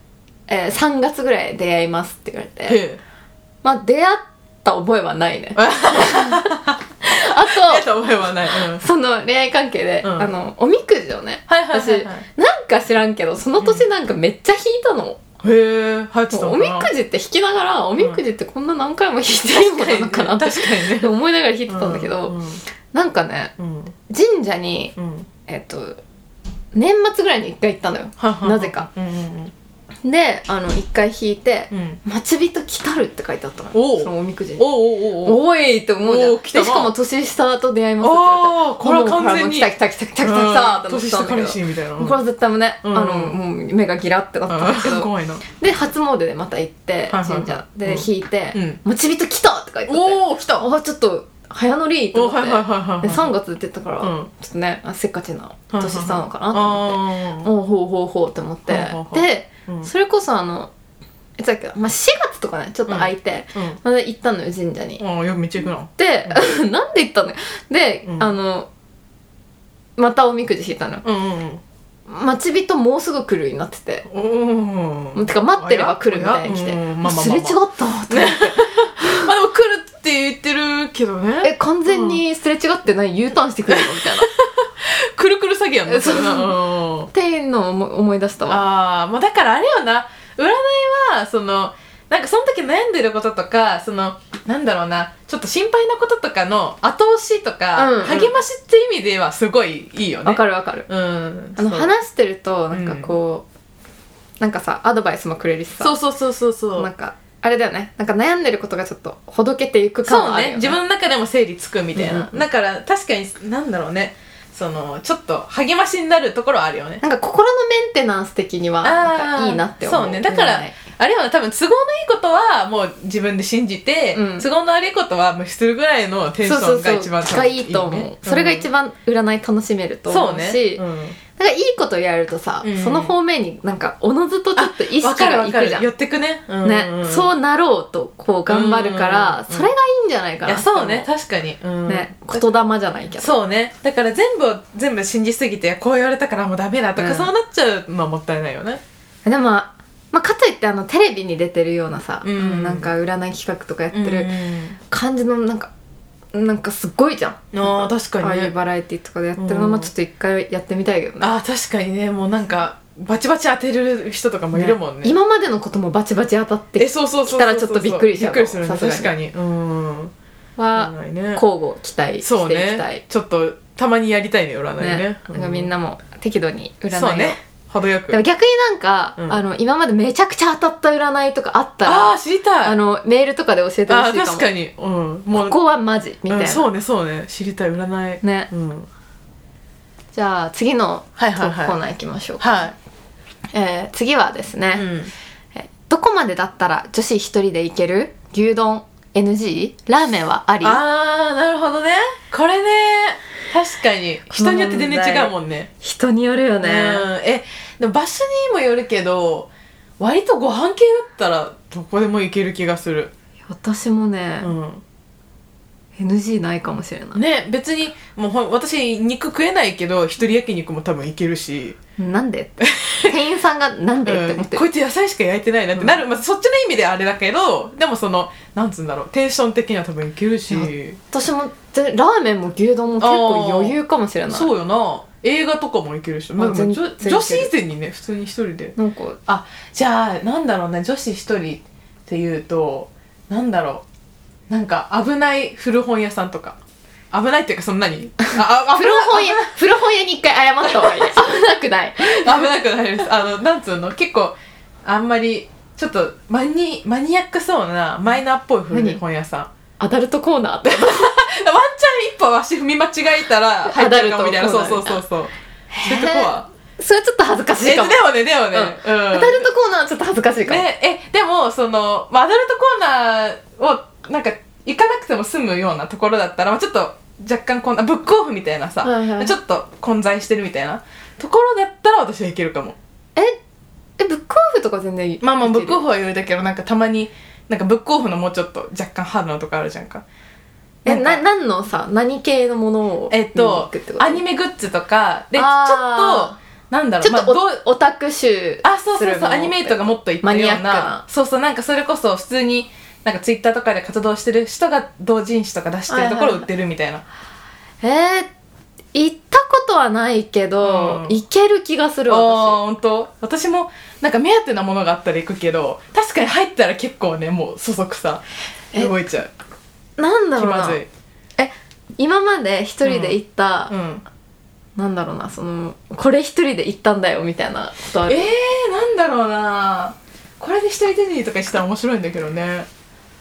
Speaker 2: えー3月ぐらい出会いますって言われて、
Speaker 3: へえ
Speaker 2: まあ出会った覚えはないね
Speaker 3: や
Speaker 2: あ
Speaker 3: と思えばない、うん、
Speaker 2: とその恋愛関係で、
Speaker 3: うん
Speaker 2: あのおみくじをね、
Speaker 3: はいはいはいはい
Speaker 2: 私なんか知らんけどその年なんかめっちゃ引いたの、
Speaker 3: へえ入ってた
Speaker 2: もう
Speaker 3: の
Speaker 2: お
Speaker 3: か
Speaker 2: み
Speaker 3: な
Speaker 2: くじって引きながらおみくじってこんな何回も引いてるものなのかなって
Speaker 3: 確かにね確かにね
Speaker 2: 思いながら引いてたんだけど、
Speaker 3: うん
Speaker 2: なんかね
Speaker 3: うん
Speaker 2: 神社に
Speaker 3: うん
Speaker 2: えっと年末ぐらいに一回行ったのよ
Speaker 3: はは
Speaker 2: なぜか
Speaker 3: うんうん
Speaker 2: であの一回引いて
Speaker 3: うんうん
Speaker 2: 「待ち人来たる」って書いてあったの
Speaker 3: お
Speaker 2: よ
Speaker 3: う
Speaker 2: そのおみくじに
Speaker 3: おうおうおうおう
Speaker 2: おいって思うじゃ
Speaker 3: お
Speaker 2: ん
Speaker 3: う来た
Speaker 2: で
Speaker 3: な
Speaker 2: しかも年下と出会いますって言われて
Speaker 3: ああこれは完全に
Speaker 2: 来た来た来た来た来た来たって
Speaker 3: うん
Speaker 2: 思っ
Speaker 3: 年
Speaker 2: てた
Speaker 3: 下
Speaker 2: んだけ
Speaker 3: 彼
Speaker 2: ど
Speaker 3: 氏みたいな
Speaker 2: これは絶対もね、
Speaker 3: うん
Speaker 2: あのもう目がギラってなったんだけ
Speaker 3: うん
Speaker 2: ど
Speaker 3: 怖いな
Speaker 2: で初詣でまた行って
Speaker 3: はいはいはい
Speaker 2: 神社
Speaker 3: う
Speaker 2: で
Speaker 3: ん
Speaker 2: 引いて
Speaker 3: うん
Speaker 2: 「待ち人来た!」って書いてあって
Speaker 3: おお来たお
Speaker 2: あちょっと早乗りと思
Speaker 3: は
Speaker 2: っ
Speaker 3: い
Speaker 2: て
Speaker 3: はいはいはい
Speaker 2: で3
Speaker 3: 月
Speaker 2: 月って言ったから、
Speaker 3: うん
Speaker 2: ちょっとねあせっかちな
Speaker 3: はいはい
Speaker 2: 年下なのかなと思って。おうほうほうほうって思って、
Speaker 3: はいはいはい
Speaker 2: で、
Speaker 3: うん
Speaker 2: それこそあのいつだっけ、まあ、4月とかねちょっと空いて、
Speaker 3: うん
Speaker 2: まだ行ったのよ神社に。
Speaker 3: ああよく道行くな
Speaker 2: で、 なんで行ったのよで、
Speaker 3: うん
Speaker 2: あのまたおみくじ引いたのよ
Speaker 3: うんうん
Speaker 2: 待ち人もうすぐ来るになってて。
Speaker 3: うんうん
Speaker 2: てか待ってれば来るみたいに来て、
Speaker 3: おやおやうんまあまあまあ
Speaker 2: すれ違ったって思って
Speaker 3: まあでも来るって言ってるけどね
Speaker 2: え完全にすれ違ってない U ターンしてくるのみたいな っ
Speaker 3: くるくる詐欺やん
Speaker 2: え
Speaker 3: なそれな
Speaker 2: そう
Speaker 3: うん
Speaker 2: ていうのを思い思い出したわ
Speaker 3: ああ、まあだからあれよな、占いは、その、なんかその時悩んでることとか、その、なんだろうな、ちょっと心配なこととかの後押しとか、
Speaker 2: うんうん
Speaker 3: 励ましって意味ではすごいいいよね。
Speaker 2: わかるわかる
Speaker 3: うん。
Speaker 2: あの
Speaker 3: そう
Speaker 2: 話してるとなんかこう、なんかさアドバイスもくれるしさ
Speaker 3: そうそうそうそうそう。
Speaker 2: なんかあれだよねなんか悩んでることがちょっとほどけていく感
Speaker 3: そう
Speaker 2: はあるよね
Speaker 3: ね自分の中でも整理つくみたいな、
Speaker 2: うんうんうん
Speaker 3: だから確かになんだろうねそのちょっと励ましになるところはあるよね
Speaker 2: なんか心のメンテナンス的にはなんかいいなって思う
Speaker 3: そうねだから、
Speaker 2: ん
Speaker 3: あれは多分都合のいいことはもう自分で信じて、
Speaker 2: うん
Speaker 3: 都合の悪いことは無視するぐらいのテンシ
Speaker 2: そうそ
Speaker 3: ョ
Speaker 2: う
Speaker 3: ンが
Speaker 2: そう
Speaker 3: 一番多分
Speaker 2: がいいと思う
Speaker 3: ね
Speaker 2: それが一番占い楽しめると思うし
Speaker 3: そうね、
Speaker 2: なんかいいことやれるとさ、
Speaker 3: うん
Speaker 2: その方面になんかおのずとちょっと
Speaker 3: う
Speaker 2: 意
Speaker 3: ん、わ
Speaker 2: 識
Speaker 3: かる
Speaker 2: が
Speaker 3: わ
Speaker 2: い
Speaker 3: か
Speaker 2: く
Speaker 3: る
Speaker 2: じゃん
Speaker 3: 寄ってくね、うん
Speaker 2: ね、
Speaker 3: う
Speaker 2: そうなろうとこう頑張るから、
Speaker 3: うん
Speaker 2: それがいいんじゃないか
Speaker 3: い
Speaker 2: な
Speaker 3: や
Speaker 2: って思
Speaker 3: そうね確かに、うん
Speaker 2: ね言霊じゃないけど
Speaker 3: そうねだから全部を全部信じすぎてこう言われたからもうダメだとか、
Speaker 2: うん
Speaker 3: そうなっちゃうのはもったいないよね
Speaker 2: でも、まあ、かといってあのテレビに出てるようなさ、
Speaker 3: うん
Speaker 2: あのなんか占い企画とかやって
Speaker 3: う
Speaker 2: る
Speaker 3: ん
Speaker 2: 感じのなんか、なんかすごいじゃん
Speaker 3: あー確かにね
Speaker 2: ああいうバラエティとかでやってる
Speaker 3: う
Speaker 2: の
Speaker 3: ん
Speaker 2: もちょっと一回やってみたいけどね
Speaker 3: あー確かにねもうなんかバチバチ当てる人とかもいるもんね
Speaker 2: 今までのこともバチバチ当たって
Speaker 3: えそうそうそうそうそう
Speaker 2: 来たらちょっとびっくりしちゃう
Speaker 3: びっくりする
Speaker 2: さ
Speaker 3: ね
Speaker 2: すがに
Speaker 3: 確かにうん
Speaker 2: は
Speaker 3: 占いね
Speaker 2: 交互期待して
Speaker 3: そう
Speaker 2: いきたい、
Speaker 3: ねちょっとたまにやりたいね占いね
Speaker 2: ねなんかみんなも適度に
Speaker 3: う
Speaker 2: 占いを
Speaker 3: そうね程よく
Speaker 2: でも逆になんか、
Speaker 3: うん
Speaker 2: あの今までめちゃくちゃ当たった占いとかあったら
Speaker 3: あ
Speaker 2: あ
Speaker 3: あ知りたい
Speaker 2: のメールとかで教えてほ
Speaker 3: あ
Speaker 2: しい
Speaker 3: ー
Speaker 2: かも
Speaker 3: 確かにうんも
Speaker 2: ここはマジみたい
Speaker 3: うん
Speaker 2: な、
Speaker 3: そうねそうね知りたい占い
Speaker 2: ね
Speaker 3: うん
Speaker 2: じゃあ次の
Speaker 3: はい
Speaker 2: ト
Speaker 3: は
Speaker 2: ー
Speaker 3: いは
Speaker 2: ク
Speaker 3: い
Speaker 2: コーナー行きましょうか、
Speaker 3: は
Speaker 2: えー次はですね、
Speaker 3: いうん
Speaker 2: どこまでだったら女子一人で行ける牛丼 NG ラーメンはあり
Speaker 3: ああなるほどねこれね確かに人によって全然違うもんね
Speaker 2: 人によるよ
Speaker 3: うんえでも場所にもよるけど割とご飯系だったらどこでも行ける気がする
Speaker 2: 私もね
Speaker 3: う、ん
Speaker 2: NG ないかもしれない、
Speaker 3: ね別にもうほん私肉食えないけど一人焼肉も多分いけるし、
Speaker 2: なん で店員さんがなんでって
Speaker 3: う
Speaker 2: 思
Speaker 3: ん
Speaker 2: って
Speaker 3: こいつ野菜しか焼いてないなってなる、まあ、そっちの意味であれだけどでもそのなんつうんだろうテンション的には多分いけるし
Speaker 2: 私もぜラーメンも牛丼も結構余裕かもしれない
Speaker 3: そうよな映画とかもいけるし、まあ、
Speaker 2: あ
Speaker 3: で
Speaker 2: 全
Speaker 3: も女
Speaker 2: 全
Speaker 3: 女子以前にね普通に一人で
Speaker 2: なんか
Speaker 3: あじゃあなんだろうな女子一人っていうとなんだろうなんか危ない古本屋さんとか危ないっていうかそんなにああ危
Speaker 2: 古
Speaker 3: な
Speaker 2: 本屋古本屋に一回謝った方がいい危なくない
Speaker 3: 危なくないですあのなんつうの結構あんまりちょっとマニマニアックそうなマイナーっぽい古い
Speaker 2: 何
Speaker 3: 本屋さんワン
Speaker 2: アダルトコーナーって
Speaker 3: チャン一歩足踏み間違えたら入っちゃうかもみたいな
Speaker 2: ア
Speaker 3: そう
Speaker 2: ダルト
Speaker 3: そうそうそうそういうとこは
Speaker 2: それちょっと恥ずかし
Speaker 3: え
Speaker 2: い
Speaker 3: で
Speaker 2: か
Speaker 3: も
Speaker 2: も
Speaker 3: ねでもね、うん
Speaker 2: アダルトコーナーはちょっと恥ずかしいかも、
Speaker 3: ね、えでもその、まあ、アダルトコーナーをなんか行かなくても済むようなところだったら、まあ、ちょっと若干こんなブックオフみたいなさ、
Speaker 2: はいはい
Speaker 3: ちょっと混在してるみたいなところだったら私はいけるかも
Speaker 2: ええブックオフとか全然いい
Speaker 3: まあまあブックオ
Speaker 2: フ
Speaker 3: フは余裕だけどなんかたまになんかブックオフのもうちょっと若干ハードなとこあるじゃんか
Speaker 2: え
Speaker 3: なん
Speaker 2: な
Speaker 3: か
Speaker 2: 何のさ何系のものを
Speaker 3: えっと
Speaker 2: 見に行く
Speaker 3: アニメグッズとかでちょっ
Speaker 2: あ
Speaker 3: となんだろう
Speaker 2: ちょっと
Speaker 3: まあ
Speaker 2: お
Speaker 3: どう
Speaker 2: オタク集
Speaker 3: あ、そうそう
Speaker 2: する
Speaker 3: そ
Speaker 2: も
Speaker 3: う、
Speaker 2: の
Speaker 3: アニメイトがもっといっ
Speaker 2: マ
Speaker 3: たよう
Speaker 2: ニア
Speaker 3: な
Speaker 2: ックな
Speaker 3: そうそう、なんかそれこそ普通に、なんかツイッターとかで活動してる人が同人誌とか出してるところを売ってるみたいな。
Speaker 2: えー、行ったことはないけど、
Speaker 3: うん
Speaker 2: 行ける気がする私
Speaker 3: ああ、ほんと私も、なんか目当てなものがあったら行くけど、確かに入ったら結構ね、もうそそくさ、
Speaker 2: え
Speaker 3: 動いちゃう。
Speaker 2: なんだろ
Speaker 3: 気
Speaker 2: う
Speaker 3: ま
Speaker 2: な
Speaker 3: ずい。
Speaker 2: 今まで一人で行った、
Speaker 3: うん。
Speaker 2: なんだろうなそのこれ一人で行ったんだよみたいなことあ
Speaker 3: え
Speaker 2: る
Speaker 3: ー、なんだろうなこれで一人ディズニーとかしたら面白いんだけどね。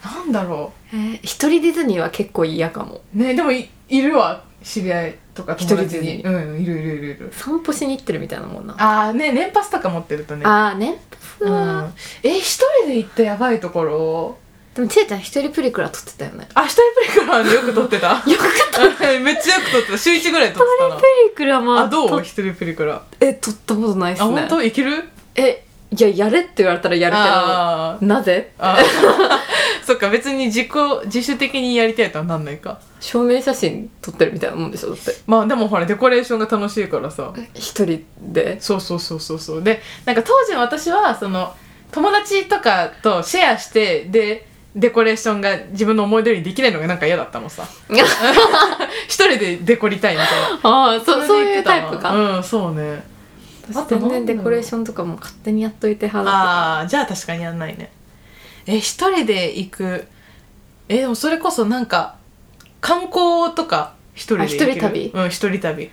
Speaker 3: なんだろ
Speaker 2: えー一人ディズニーは結構嫌かも
Speaker 3: う。ね、でもい、いるわ、知り合いとか友達に。
Speaker 2: 一人ディズニ
Speaker 3: うん、いるいるいるいる。
Speaker 2: 散歩しに行ってるみたいなもんな
Speaker 3: ああ、ね、年パスとか持ってるとね。
Speaker 2: ああねパスは、
Speaker 3: うんえ一人で行ったやばいところ
Speaker 2: でもちえちゃん一人プリクラ撮ってたよね
Speaker 3: あ一人プリクラよく撮ってた
Speaker 2: よかった
Speaker 3: めっちゃよく撮ってた週1ぐらい撮ってた
Speaker 2: プ
Speaker 3: な
Speaker 2: リクラも
Speaker 3: あどう
Speaker 2: 撮っ
Speaker 3: 一人プリクラあ
Speaker 2: え撮ったことないっすね
Speaker 3: 本当いける
Speaker 2: えいややれって言われたらやる
Speaker 3: あ
Speaker 2: けどなぜ
Speaker 3: ーあー そっか別に自己自主的にやりたいとはなんないか
Speaker 2: 証明写真撮ってるみたいなもんでしょだって
Speaker 3: まあでもほらデコレーションが楽しいからさ
Speaker 2: 一人 で
Speaker 3: そうそうそうそうそうでなんか当時の私はその友達とかとシェアしてでデコレーションが自分の思い通りにできないのがなんか嫌だったのさ一人でデコりたいみたいな
Speaker 2: ああ
Speaker 3: そ
Speaker 2: そそういうタイプか、
Speaker 3: うんそうねあ
Speaker 2: 私
Speaker 3: となんだろう
Speaker 2: 全然デコレーションとかも勝手にやっといて派だっ
Speaker 3: ああじゃあ確かにやんないねえ一人で行くえでもそれこそなんか観光とか一人で行ける
Speaker 2: あ一人旅
Speaker 3: うん一人旅
Speaker 2: た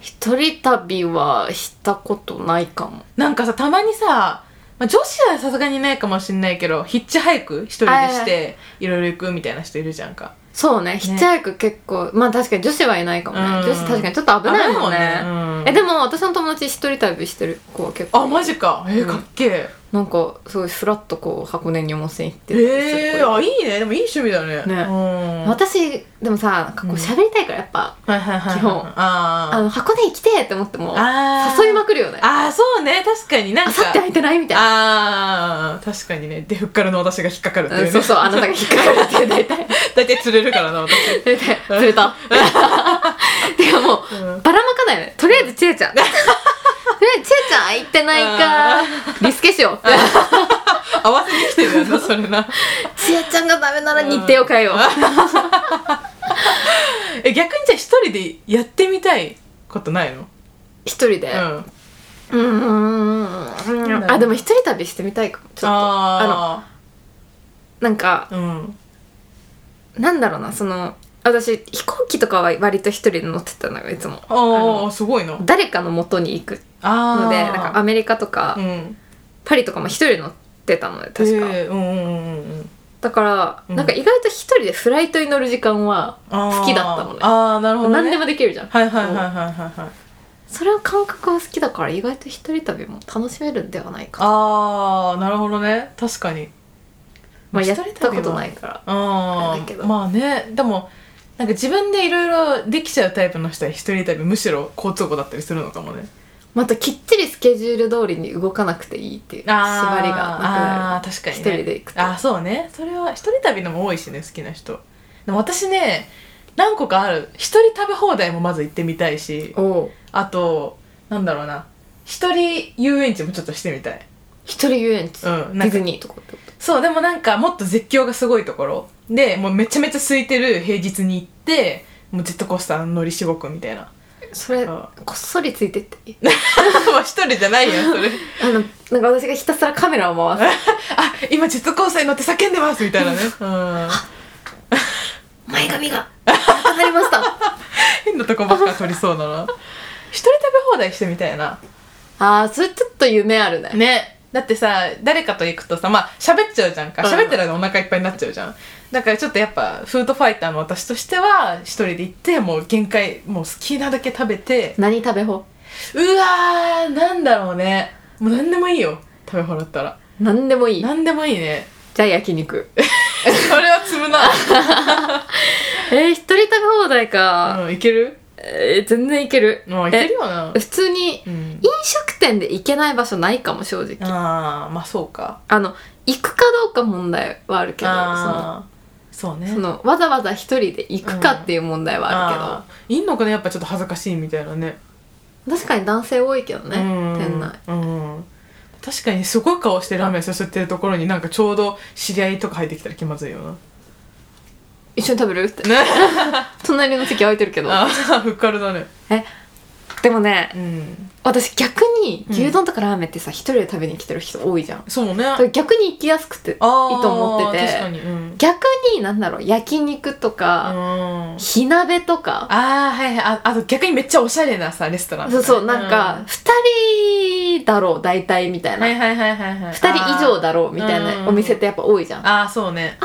Speaker 2: 一人旅はしたことないかも
Speaker 3: なんかさたまにさ、まあ、女子はさすがにないかもしんないけどヒッチハイク一人でしていろいろ行くみたいな人いるじゃんか
Speaker 2: そうねヒッチハイク結構、まあ確かに女子はいないかもね、
Speaker 3: うん
Speaker 2: 女子確かにちょっと危ないもんね
Speaker 3: 危ないもんねうん
Speaker 2: えでも私の友達一人旅してる子は結構
Speaker 3: あマジかえー、
Speaker 2: うん
Speaker 3: かっけえ、
Speaker 2: なんかすごいフラッとこう箱根に温泉行ってたりする子
Speaker 3: えー、あいいねでもいい趣味だね
Speaker 2: ね
Speaker 3: うんはい
Speaker 2: 私でもさなんかこう喋りたいからやっぱ、
Speaker 3: はいはいはい
Speaker 2: 基本あ
Speaker 3: あー
Speaker 2: の箱根行きてえって思っても
Speaker 3: あー
Speaker 2: 誘いまくるよねあ
Speaker 3: あーそうね確かになん
Speaker 2: さっ
Speaker 3: か
Speaker 2: て空いてないみたいな
Speaker 3: ああ確かにねでふっからの私が引っかかるっていう
Speaker 2: う
Speaker 3: ね、
Speaker 2: んそうそうあなたが引っかかるっていう大体
Speaker 3: 大体釣れるからな私
Speaker 2: 大体釣れたてかもう、ばらまかないねとりあえずちえ ちゃんとりあえずちえちゃん空いてない
Speaker 3: あ
Speaker 2: かリスケしよう
Speaker 3: 合わせに来てるよなそれ な
Speaker 2: ちえちゃんがダメなら日程を変えよう
Speaker 3: え逆にじゃあ一人でやってみたいことないの
Speaker 2: 一人で
Speaker 3: うん
Speaker 2: うーん
Speaker 3: なんだろう
Speaker 2: あでも一人旅してみたいかもちょっとあ
Speaker 3: あ
Speaker 2: のなんか
Speaker 3: ーうん
Speaker 2: なんだろうなその私飛行機とかは割と一人で乗ってたのよいつも
Speaker 3: ああすごいな
Speaker 2: 誰かの元に行く
Speaker 3: あー
Speaker 2: のでなんかアメリカとか、
Speaker 3: うん
Speaker 2: パリとかも一人で乗ってたので確か、
Speaker 3: えーうんうんうんうん
Speaker 2: だから、
Speaker 3: うん
Speaker 2: なんか意外と一人でフライトに乗る時間は
Speaker 3: あー
Speaker 2: 好きだったのね
Speaker 3: ああなるほど、ね、
Speaker 2: 何でもできるじゃん、
Speaker 3: はいはいはいはいはいはい
Speaker 2: それは感覚は好きだから意外と一人旅も楽しめるんではないか
Speaker 3: ああなるほどね確かに
Speaker 2: まあや
Speaker 3: 一
Speaker 2: っ
Speaker 3: 人旅は
Speaker 2: たことないから
Speaker 3: あ
Speaker 2: あれだけど
Speaker 3: まあねでもなんか自分でいろいろできちゃうタイプの人は一人旅むしろ好都合だったりするのかもね
Speaker 2: またきっちりスケジュール通りに動かなくていいっていう縛りがなくなる
Speaker 3: あー確かに、
Speaker 2: 一
Speaker 3: ね、
Speaker 2: 人で行くと
Speaker 3: あーそうねそれは一人旅のも多いしね好きな人でも私ね何個かある一人食べ放題もまず行ってみたいし
Speaker 2: おう
Speaker 3: あとなんだろうな一人遊園地もちょっとしてみたい
Speaker 2: 一人遊園地、
Speaker 3: うん
Speaker 2: デ
Speaker 3: なん
Speaker 2: ィ
Speaker 3: か
Speaker 2: ズニーとかってこと
Speaker 3: そうでもなんかもっと絶叫がすごいところでもうめちゃめちゃ空いてる平日に行ってもうジェットコースター乗りしごくみたいな
Speaker 2: それ
Speaker 3: あ
Speaker 2: こっそりついてっていい
Speaker 3: もう一人じゃないよそ れ
Speaker 2: あのなんか私がひたすらカメラを回す
Speaker 3: あ今ジェットコースターに乗って叫んでますみた いなね、うん、
Speaker 2: 前髪がなくなりました
Speaker 3: 変なとこばっか撮りそうだな 一人食べ放題してみたいな
Speaker 2: ああそれちょっと夢あるね
Speaker 3: ねだってさ誰かと行くとさまあ喋っちゃうじゃんか
Speaker 2: うん
Speaker 3: 喋ってたらお腹いっぱいになっちゃうじゃんだからちょっとやっぱフードファイターの私としては一人で行ってもう限界もう好きなだけ食べて
Speaker 2: 何食べほ
Speaker 3: うわーなんだろうねもう何でもいいよ食べ放題だったら
Speaker 2: 何でもいい
Speaker 3: 何でもいい ね
Speaker 2: じゃあ焼肉
Speaker 3: それは積むな、
Speaker 2: えー、一人食べ放題か、
Speaker 3: うん、いける
Speaker 2: えー全然いける
Speaker 3: もういけるよな
Speaker 2: え普通に
Speaker 3: うん
Speaker 2: 飲食店で行けない場所ないかも正直あ
Speaker 3: ああまあそうか
Speaker 2: の行くかどうか問題はあるけど
Speaker 3: あーそうね
Speaker 2: そのそのわざわざ一人で行くかっていう問題はあるけど、
Speaker 3: あーいんのかねやっぱちょっと恥ずかしいみたいなね
Speaker 2: 確かに男性多いけどね、
Speaker 3: うん
Speaker 2: 店内
Speaker 3: うん確かにすごい顔してラーメンすすってるところになんかちょうど知り合いとか入ってきたら気まずいよな
Speaker 2: 一緒に食べるって
Speaker 3: ね
Speaker 2: 隣の席空いてるけど
Speaker 3: ああふっかるだね
Speaker 2: えでもね
Speaker 3: うん
Speaker 2: 私逆に牛丼とかラーメンってさ一、人で食べに来てる人多いじゃん
Speaker 3: そうねあ
Speaker 2: だから逆に行きやすくていい
Speaker 3: あー
Speaker 2: と思って
Speaker 3: 確か
Speaker 2: て
Speaker 3: にうん
Speaker 2: 逆になんだろう焼肉と
Speaker 3: う
Speaker 2: か、
Speaker 3: ん
Speaker 2: 火鍋とか
Speaker 3: ああはいはいああと逆にめっちゃおしゃれなさレストランと
Speaker 2: そう
Speaker 3: ね
Speaker 2: そうなんか、二人だろう大体みたい
Speaker 3: うんはい
Speaker 2: な、
Speaker 3: はいはいはいはい
Speaker 2: 二人以上だろうみたい
Speaker 3: うん
Speaker 2: なお店ってやっぱ多いじゃん、っ
Speaker 3: あーあーそうね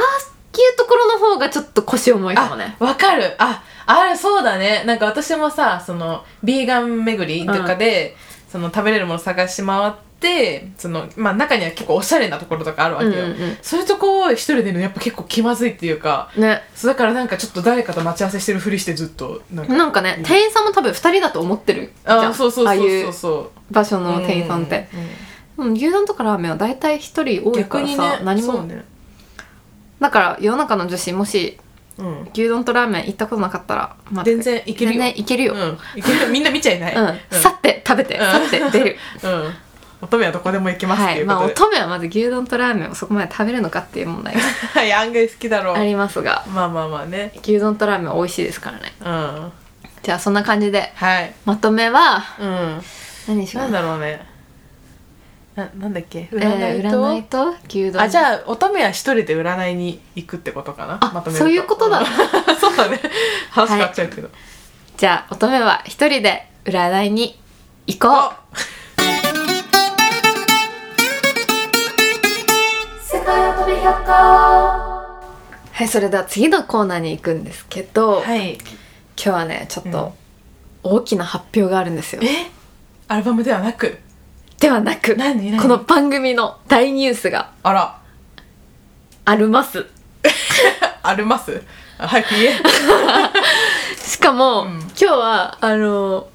Speaker 2: ていうところの方がちょっと腰重いかもね
Speaker 3: あわかるああるそうだねなんか私もさそのビーガン巡りとかで、その食べれるもの探し回ってその、まあ、中には結構おしゃれなところとかあるわけよ、
Speaker 2: うんうんうん
Speaker 3: そういうとこを一人でねやっぱ結構気まずいっていうか
Speaker 2: ね
Speaker 3: そうだからなんかちょっと誰かと待ち合わせしてるふりしてずっとなんか
Speaker 2: なんかね、店員さんも多分二人だと思ってるじゃん
Speaker 3: あそうそう
Speaker 2: ああ
Speaker 3: そう
Speaker 2: い
Speaker 3: そううそう
Speaker 2: 場所の店員さんって、、
Speaker 3: うんうん
Speaker 2: うん牛丼とかラーメンは大体一人多いか
Speaker 3: 逆
Speaker 2: ら
Speaker 3: に
Speaker 2: さ、
Speaker 3: ね
Speaker 2: 何も、
Speaker 3: そうね、
Speaker 2: だから世の中の女子もし
Speaker 3: うん、
Speaker 2: 牛丼とラーメン行ったことなかったら、まあ
Speaker 3: 全然いけるよ
Speaker 2: 全然いけるよ、うん
Speaker 3: うん、いけるみんな見ちゃいない、
Speaker 2: さって食べて、さって出る
Speaker 3: うん、乙女はどこでも行けますっ
Speaker 2: は
Speaker 3: てい
Speaker 2: いう
Speaker 3: こと
Speaker 2: まあ
Speaker 3: で、
Speaker 2: 乙女はまず牛丼とラーメンをそこまで食べるのかっていう問題が
Speaker 3: いや案外好きだろう
Speaker 2: ありますが
Speaker 3: まあまあまあね
Speaker 2: 牛丼とラーメンは美味しいですからね
Speaker 3: うんは
Speaker 2: じゃあそんな感じで
Speaker 3: い
Speaker 2: まとめは
Speaker 3: うん
Speaker 2: 何にしよ
Speaker 3: な
Speaker 2: うん
Speaker 3: だろうねななんだっけ
Speaker 2: えー
Speaker 3: 占いと、
Speaker 2: 占いと牛丼
Speaker 3: あじゃあ乙女は一人で占いに行くってことかな
Speaker 2: あ
Speaker 3: まとめる
Speaker 2: そういうことだ
Speaker 3: そ うだね話変わっちゃうけど、
Speaker 2: じゃあ乙女は一人で占いに行こうはいそれでは次のコーナーに行くんですけど、
Speaker 3: おはい
Speaker 2: 今日はねちょっ
Speaker 3: うん
Speaker 2: と大きな発表があるんですよ、
Speaker 3: えアルバムではなく
Speaker 2: ではなく
Speaker 3: 何何
Speaker 2: この番組の大ニュースが
Speaker 3: あら
Speaker 2: あります
Speaker 3: ありますあ早く言え
Speaker 2: しかも、
Speaker 3: うん
Speaker 2: 今日はあの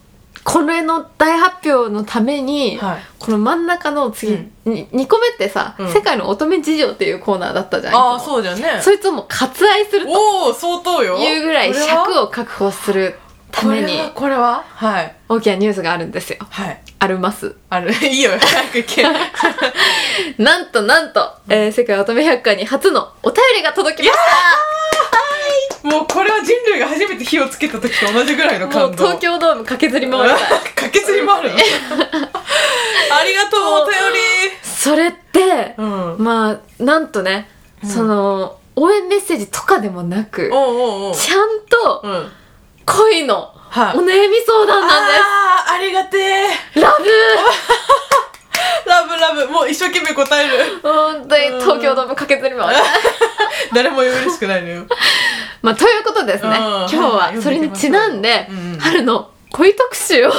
Speaker 2: これの大発表のため に、
Speaker 3: はい
Speaker 2: この真ん中の次、
Speaker 3: うん
Speaker 2: に2個目ってさ、
Speaker 3: うん
Speaker 2: 世界の乙女事情っていうコーナーだったじゃん
Speaker 3: ああ
Speaker 2: う
Speaker 3: そうじゃんね
Speaker 2: そいつをもう割愛すると
Speaker 3: おお相当よ
Speaker 2: いうぐらい
Speaker 3: これは
Speaker 2: 尺を確保するために
Speaker 3: これはこれははい
Speaker 2: 大きなニュースがあるんですよ
Speaker 3: はい
Speaker 2: あります
Speaker 3: ある いいよ早く行け
Speaker 2: なんとなんと、えー世界乙女百科に初のお便りが届きまし
Speaker 3: もうこれは人類が初めて火をつけた時と同じぐらいの
Speaker 2: たも
Speaker 3: 感
Speaker 2: う
Speaker 3: 動
Speaker 2: 東京ドーム駆けずり回
Speaker 3: う
Speaker 2: り
Speaker 3: わ
Speaker 2: たい
Speaker 3: 駆けずり回るの ありがとうお便
Speaker 2: それって
Speaker 3: りうん
Speaker 2: まあなんとね、
Speaker 3: うん
Speaker 2: その応援メッセージとかでもなく
Speaker 3: おうおうおう
Speaker 2: ちゃんと
Speaker 3: うんはい
Speaker 2: 恋のお
Speaker 3: あ
Speaker 2: 悩み相談なん
Speaker 3: あーありがてえ
Speaker 2: ですラブ
Speaker 3: ラブラブもう一生懸命答える
Speaker 2: 本当に東京ドーム駆けずり回りたい
Speaker 3: 誰も嬉しくないのよ
Speaker 2: まあということですね
Speaker 3: うん
Speaker 2: 今日はそれにちなんで
Speaker 3: うんうん
Speaker 2: 春の恋特集を
Speaker 3: も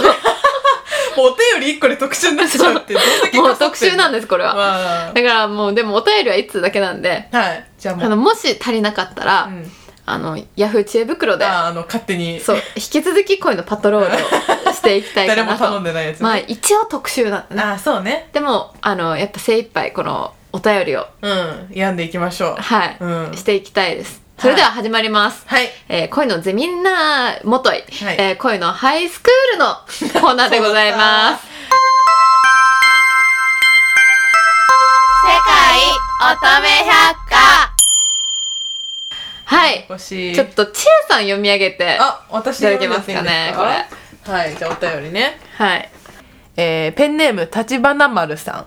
Speaker 3: うお便り一個で特集になっちゃ うってどんだけ
Speaker 2: もう特集なん
Speaker 3: で
Speaker 2: ですこれ
Speaker 3: す
Speaker 2: はだからもうでもお便りは1通だけなんで
Speaker 3: はいじゃあも
Speaker 2: あ
Speaker 3: う
Speaker 2: のもし足りなかったら、
Speaker 3: うん
Speaker 2: あのヤフー知恵袋で
Speaker 3: あーあの勝手に
Speaker 2: そう引き続き恋のパトロール をしていきたいか
Speaker 3: 誰
Speaker 2: な
Speaker 3: も
Speaker 2: と
Speaker 3: 頼んでないやつね
Speaker 2: まあ一応特集なんでね
Speaker 3: ああそうね
Speaker 2: でもあのやっぱ精一杯このお便りを
Speaker 3: うん病んでいきましょう
Speaker 2: はい、
Speaker 3: うん
Speaker 2: していきたいですそれでは始まります。
Speaker 3: はい。
Speaker 2: えー恋のゼミンナーもとい、えー恋のハイスクールのコーナーでございます。世界乙女百科はい。
Speaker 3: 欲しい。
Speaker 2: ちょっと、ちえさん読み上げて。
Speaker 3: あ、私
Speaker 2: いただけますかね
Speaker 3: 読んでいいんですかはい、じゃあお便りね。
Speaker 2: はい。
Speaker 3: えーペンネーム、立花丸さん。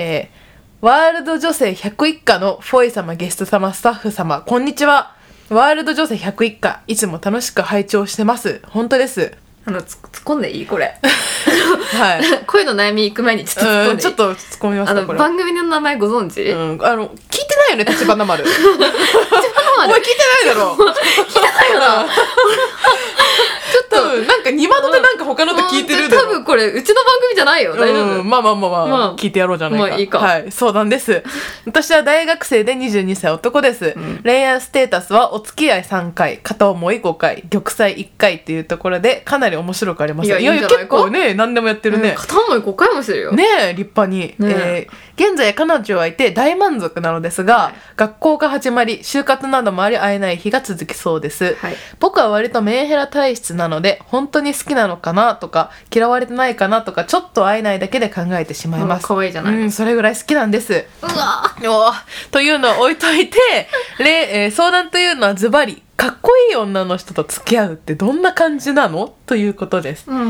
Speaker 3: えーワールド女性101課のフォイ様、ゲスト様、スタッフ様、こんにちは。ワールド女性101課、いつも楽しく拝聴してます。本当です。
Speaker 2: あの、つ突っ込んでいいこれ。
Speaker 3: はい。
Speaker 2: 恋の悩み行く前にちょっと突っ込
Speaker 3: うんん
Speaker 2: でいい
Speaker 3: ちょっと突っ込みます
Speaker 2: あ
Speaker 3: か、
Speaker 2: の、
Speaker 3: これは。
Speaker 2: 番組の名前ご存知、
Speaker 3: うん、あの、聞いてないよね、立 花丸。お前聞いてないだろ。 多分、なんか、二窓でなんか他のと聞いてるだろ
Speaker 2: 多分これ、うちの番組じゃないよ。大丈夫、
Speaker 3: うん、まあまあまあまあ、
Speaker 2: まあ
Speaker 3: 聞いてやろうじゃないか。
Speaker 2: まあいいか
Speaker 3: はい、相談 です。私は大学生で22歳男です。恋愛ステータスはお付き合い3回、片思い5回、玉砕1回っていうところで、かなり面白くありますよ
Speaker 2: いやいいんじゃないか
Speaker 3: 結構ね、何でもやってる
Speaker 2: う
Speaker 3: ね
Speaker 2: ん。片思い5回もしてるよ。
Speaker 3: ねえ、立派に。
Speaker 2: ね
Speaker 3: えー現在彼女はいて大満足なのですが、
Speaker 2: はい
Speaker 3: 学校が始まり、就活などもあり会えない日が続きそうです。
Speaker 2: はい。
Speaker 3: 僕は割とメンヘラ体質なので本当に好きなのかなとか嫌われてないかなとかちょっと会えないだけで考えてしまいます
Speaker 2: 可愛いじゃない、
Speaker 3: う
Speaker 2: うん
Speaker 3: それぐらい好きなんです
Speaker 2: わ
Speaker 3: おーというのを置い といてれ、えー相談というのはズバリかっこいい女の人と付き合うってどんな感じなのということです
Speaker 2: うんうんう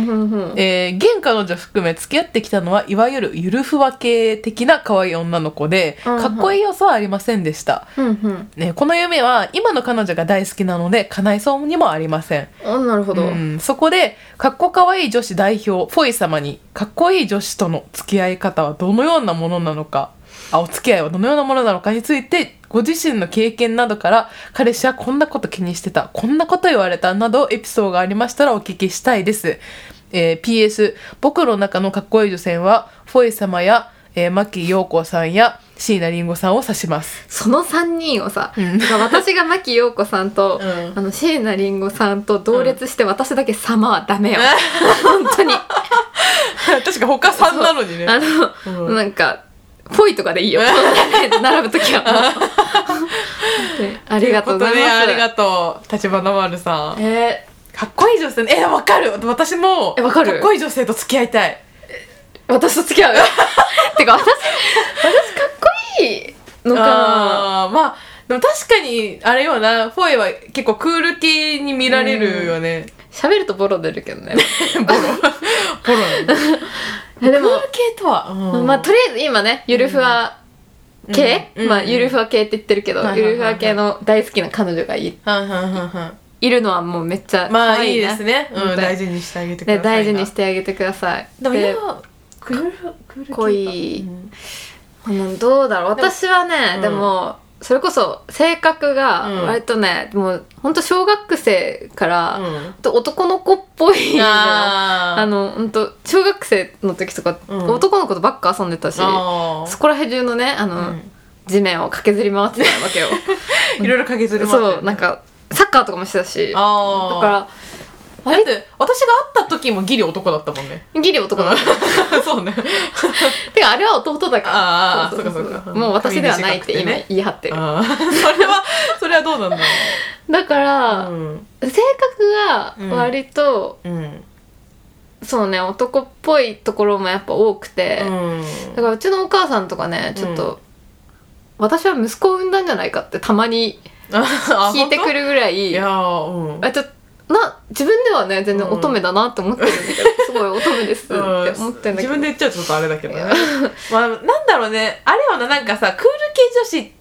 Speaker 2: ん
Speaker 3: えー現彼女含め付き合ってきたのはいわゆるゆるふわ系的な可愛い女の子で
Speaker 2: うんうん
Speaker 3: かっこいい要素はありませんでした、
Speaker 2: うんうん
Speaker 3: ね、この夢は今の彼女が大好きなので叶いそうにもありません
Speaker 2: あなるほど、
Speaker 3: うん、そこでかっこかわいい女子代表フォイ様にかっこいい女子との付き合い方はどのようなものなのかあお付き合いはどのようなものなのかについてご自身の経験などから彼氏はこんなこと気にしてたこんなこと言われたなどエピソードがありましたらお聞きしたいです、えー PS 僕の中のかっこいい女性はフォイ様や、えー、牧陽子さんや椎名林檎さんを指します
Speaker 2: その3人をさ、
Speaker 3: うん
Speaker 2: だから私が牧陽子さんと、
Speaker 3: うん
Speaker 2: あの椎名林檎さんと同列して私だけ様はダメよ、本当に
Speaker 3: 確か他さんなのにね
Speaker 2: あの、
Speaker 3: うん
Speaker 2: なんかぽいとかでいいよ並ぶ時はもう本当にありがとうございます
Speaker 3: ありがとう立花丸さん
Speaker 2: え
Speaker 3: かっこいい女性ねえわかる私も
Speaker 2: えわかる
Speaker 3: かっこいい女性と付き合いたい
Speaker 2: ー私と付 き合うてか私私かっこいいのかな
Speaker 3: あーまあでも確かにあれよなフォエは結構クール系に見られるよね、
Speaker 2: 喋るとボロ出るけ どね
Speaker 3: ボロボロなんだ
Speaker 2: えで
Speaker 3: ク
Speaker 2: も
Speaker 3: ール系とは、うん
Speaker 2: まあとりあえず今ねゆるふわ系、
Speaker 3: うんうん
Speaker 2: まあゆるふわ系って言ってるけど、
Speaker 3: はいはいはい
Speaker 2: ゆ
Speaker 3: はい
Speaker 2: るふわ系の大好きな彼女がい
Speaker 3: はんはんはんはん
Speaker 2: いるのはもうめっちゃ
Speaker 3: ま
Speaker 2: 可
Speaker 3: あ
Speaker 2: 愛
Speaker 3: いいですね、
Speaker 2: 本
Speaker 3: うん、
Speaker 2: 当に
Speaker 3: 大事にしてあげてく
Speaker 2: ね
Speaker 3: ださい
Speaker 2: 大
Speaker 3: な
Speaker 2: 事にしてあげてください
Speaker 3: でも
Speaker 2: で
Speaker 3: 今クールクール系か
Speaker 2: かっこいい
Speaker 3: うん
Speaker 2: うんどうだろう私はね
Speaker 3: うん
Speaker 2: でも,、それこそ性格が
Speaker 3: うん
Speaker 2: 割とね、もうほんと小学生から、
Speaker 3: う
Speaker 2: ほん
Speaker 3: ん
Speaker 2: と男の子っぽいのよ
Speaker 3: あー
Speaker 2: あのほんと小学生の時とか、
Speaker 3: うん
Speaker 2: 男の子とばっか遊んでたし
Speaker 3: あー
Speaker 2: そこら辺中のねあの、
Speaker 3: うん
Speaker 2: 地面を駆けずり回ってたわけ よ
Speaker 3: いろいろかけずるもあったよ
Speaker 2: そうなんかサッカーとかもしてたしだ
Speaker 3: あー
Speaker 2: か
Speaker 3: だって私が会った時もギリ男だったもん ね
Speaker 2: らギリ男だ、
Speaker 3: そうね
Speaker 2: てかあれは弟だから
Speaker 3: ああ
Speaker 2: そうそう
Speaker 3: そうかそうか
Speaker 2: もう私ではないって
Speaker 3: 髪
Speaker 2: 今
Speaker 3: 短くてね
Speaker 2: 言い張ってる、
Speaker 3: あー それはそれはどうなんだ
Speaker 2: だから、
Speaker 3: ろう、うん
Speaker 2: 性格が割と、
Speaker 3: うん
Speaker 2: そうね男っぽいところもやっぱ多くて、だからうちのお母さんとかねちょっと、私は息子を産んだんじゃないかってたまに聞
Speaker 3: 聞
Speaker 2: いてくるぐらい
Speaker 3: いやーうん
Speaker 2: あちょな自分ではね全然乙女だなって思ってるんだけど、すごい乙女ですって思ってるんだけ
Speaker 3: 自
Speaker 2: ど、
Speaker 3: 分で言っちゃうとちょっとあれだけ どねまあなんだろうねあれはななんかさクール系女子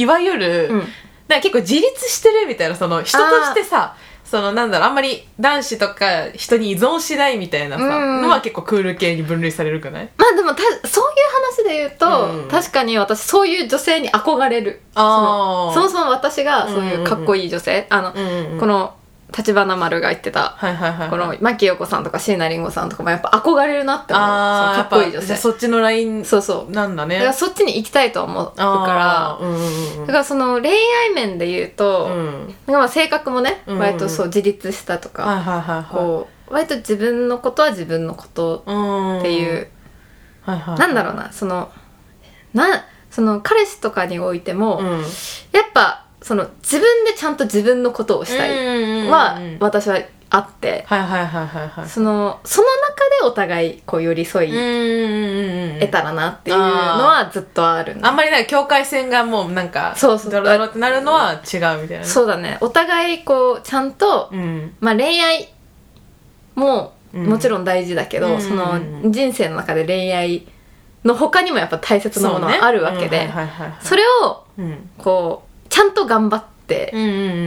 Speaker 3: いわゆる、
Speaker 2: うん
Speaker 3: なんか結構自立してるみたいなその人としてさそのなんだろうあんまり男子とか人に依存しないみたいなさ、
Speaker 2: うん
Speaker 3: のは結構クール系に分類されるくない
Speaker 2: まあでもたそういう話で言うと、
Speaker 3: うん
Speaker 2: 確かに私そういう女性に憧れる
Speaker 3: あー
Speaker 2: そのそもそも私がそういうかっこいい女性、あの、
Speaker 3: うんうん
Speaker 2: この立花丸が言ってた
Speaker 3: はいはいはい
Speaker 2: この牧陽子さんとか椎名林檎さんとかもやっぱ憧れるなって思うその
Speaker 3: あー
Speaker 2: かっこいい女
Speaker 3: やぱじ
Speaker 2: 性
Speaker 3: ゃあそっちのライン
Speaker 2: そうそう
Speaker 3: なんだね
Speaker 2: だからそっちに行きたいと思う
Speaker 3: あ
Speaker 2: か
Speaker 3: ーうん
Speaker 2: らだからその恋愛面で言うと、
Speaker 3: うんうんうん
Speaker 2: なんかまあ性格もね
Speaker 3: うんうん
Speaker 2: 割とそう自立したと
Speaker 3: は
Speaker 2: か、
Speaker 3: いはいはいはい
Speaker 2: こう割と自分のことは自分のこと
Speaker 3: うん
Speaker 2: っていう、
Speaker 3: はいはい
Speaker 2: なんだろうなそのなその彼氏とかにおいても、
Speaker 3: うん
Speaker 2: やっぱその自分でちゃんと自分のことをしたい
Speaker 3: い
Speaker 2: は
Speaker 3: はい
Speaker 2: 私はあって、
Speaker 3: はいはいはいはい
Speaker 2: そのその中でお互いこう寄り添い得
Speaker 3: 得
Speaker 2: たらなっていうのはずっとあるんだ
Speaker 3: あんまりなんか境界線がもうなんか
Speaker 2: そうそう
Speaker 3: ドロドロってなるのは違うみたいなね
Speaker 2: そうだねお互いこうちゃんと、
Speaker 3: うん
Speaker 2: まあ、恋愛も
Speaker 3: うん
Speaker 2: もちろん大事だけど、
Speaker 3: うん
Speaker 2: その人生の中で恋愛の他にもやっぱ大切なもの
Speaker 3: そうね
Speaker 2: はあるわけでそ,、
Speaker 3: うんはいはいはい
Speaker 2: れをこうちゃんと頑張って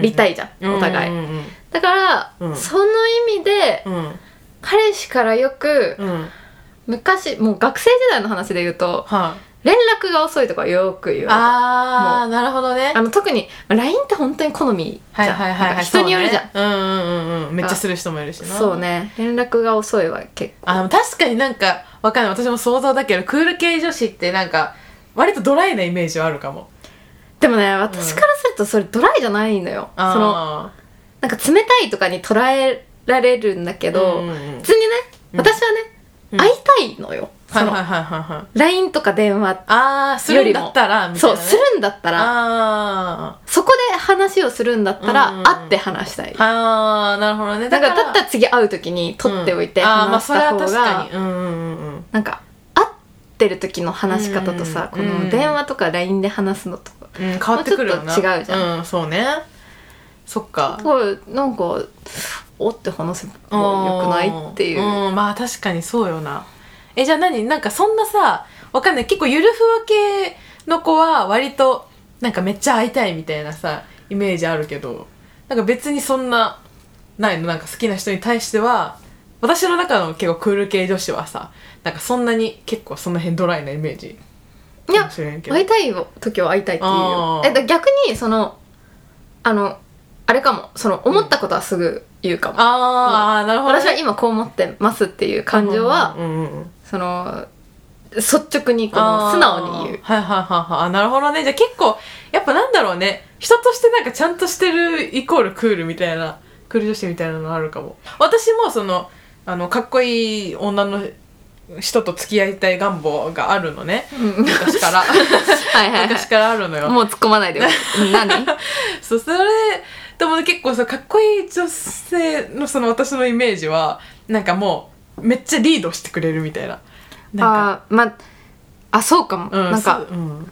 Speaker 2: りたいじゃん、お互い、
Speaker 3: いうん
Speaker 2: だから、
Speaker 3: うん
Speaker 2: その意味で
Speaker 3: うんうん
Speaker 2: 彼氏からよく
Speaker 3: うんうん
Speaker 2: 昔もう学生時代の話で言うと
Speaker 3: は
Speaker 2: 連絡が遅いとかよく言
Speaker 3: い、
Speaker 2: う
Speaker 3: ああなるほどね
Speaker 2: あの特にまあ LINE って本当に好みじ
Speaker 3: はい
Speaker 2: ゃん
Speaker 3: はいはい
Speaker 2: な
Speaker 3: は
Speaker 2: んか
Speaker 3: い
Speaker 2: 人によるじゃん
Speaker 3: そうねうんうんうんうんめっちゃする人もいるしな
Speaker 2: そうね連絡が遅いは結構
Speaker 3: あでも確かになんかわかんない私も想像だけどクール系女子ってなんか割とドライなイメージはあるかも
Speaker 2: でもね私からするとそれドライじゃないのよ、その
Speaker 3: あ
Speaker 2: なんか冷たいとかに捉えられるんだけ
Speaker 3: ー
Speaker 2: ど、
Speaker 3: うんうんうん
Speaker 2: 別にね
Speaker 3: うん
Speaker 2: 私はね、
Speaker 3: うん
Speaker 2: 会いたいのよ、
Speaker 3: は
Speaker 2: そ
Speaker 3: いはい
Speaker 2: の
Speaker 3: はいはいはい
Speaker 2: LINE とか電話
Speaker 3: ああするんだったらみたい
Speaker 2: そ
Speaker 3: な、
Speaker 2: う
Speaker 3: ね、
Speaker 2: するんだったら
Speaker 3: あ
Speaker 2: そこで話をするんだった
Speaker 3: うんう
Speaker 2: ら
Speaker 3: んうん
Speaker 2: 会って話したい、
Speaker 3: ーあーなるほどね
Speaker 2: だからだったら次会う時に取っておいて
Speaker 3: うんあーまあ
Speaker 2: 話し
Speaker 3: それ
Speaker 2: た
Speaker 3: は
Speaker 2: 方
Speaker 3: 確
Speaker 2: が、
Speaker 3: かにうんうんうんうん
Speaker 2: なんか会ってる時の話し方とさ、
Speaker 3: うん
Speaker 2: この電話とか LINE で話すのとか、
Speaker 3: うん変わってくるよ
Speaker 2: も
Speaker 3: な
Speaker 2: うちょっと違うじゃ
Speaker 3: ん、うん、そうねそっか
Speaker 2: こうなんかおって話せばよくないっていう、
Speaker 3: んんまあ確かにそうよなえじゃあ何なんかそんなさわかんない結構ゆるふわ系の子は割となんかめっちゃ会いたいみたいなさイメージあるけどなんか別にそんなないのなんか好きな人に対しては私の中の結構クール系女子はさなんかそんなに結構その辺ドライなイメージ
Speaker 2: いや
Speaker 3: かもしれんけど
Speaker 2: 会いたい時は会いたいっていう
Speaker 3: あ
Speaker 2: よ
Speaker 3: ー
Speaker 2: えだ逆にそのあのあれかもその思ったことはすぐ言うかも、
Speaker 3: あー、あーなるほどね、
Speaker 2: 私は今こう思ってますっていう感情は、
Speaker 3: うんうんうん
Speaker 2: その率直にこの素直に 言う
Speaker 3: あーはいはいはいはいあ。なるほどね。じゃあ結構、やっぱなんだろうね。人としてなんかちゃんとしてるイコールクールみたいな、クール女子みたいなのあるかも。私もその、あの、かっこいい女の人と付き合いたい願望があるのね。
Speaker 2: うん
Speaker 3: 昔 から。
Speaker 2: はいはい、
Speaker 3: 昔からあるのよ。
Speaker 2: もう突っ込まないで よ何
Speaker 3: そう、それでも結構そのかっこいい女性のその私のイメージは、なんかもう、めっちゃリードしてくれるみたいな。なんか、
Speaker 2: あーまあそうかも、
Speaker 3: うん、
Speaker 2: なん
Speaker 3: そ
Speaker 2: か
Speaker 3: う、うん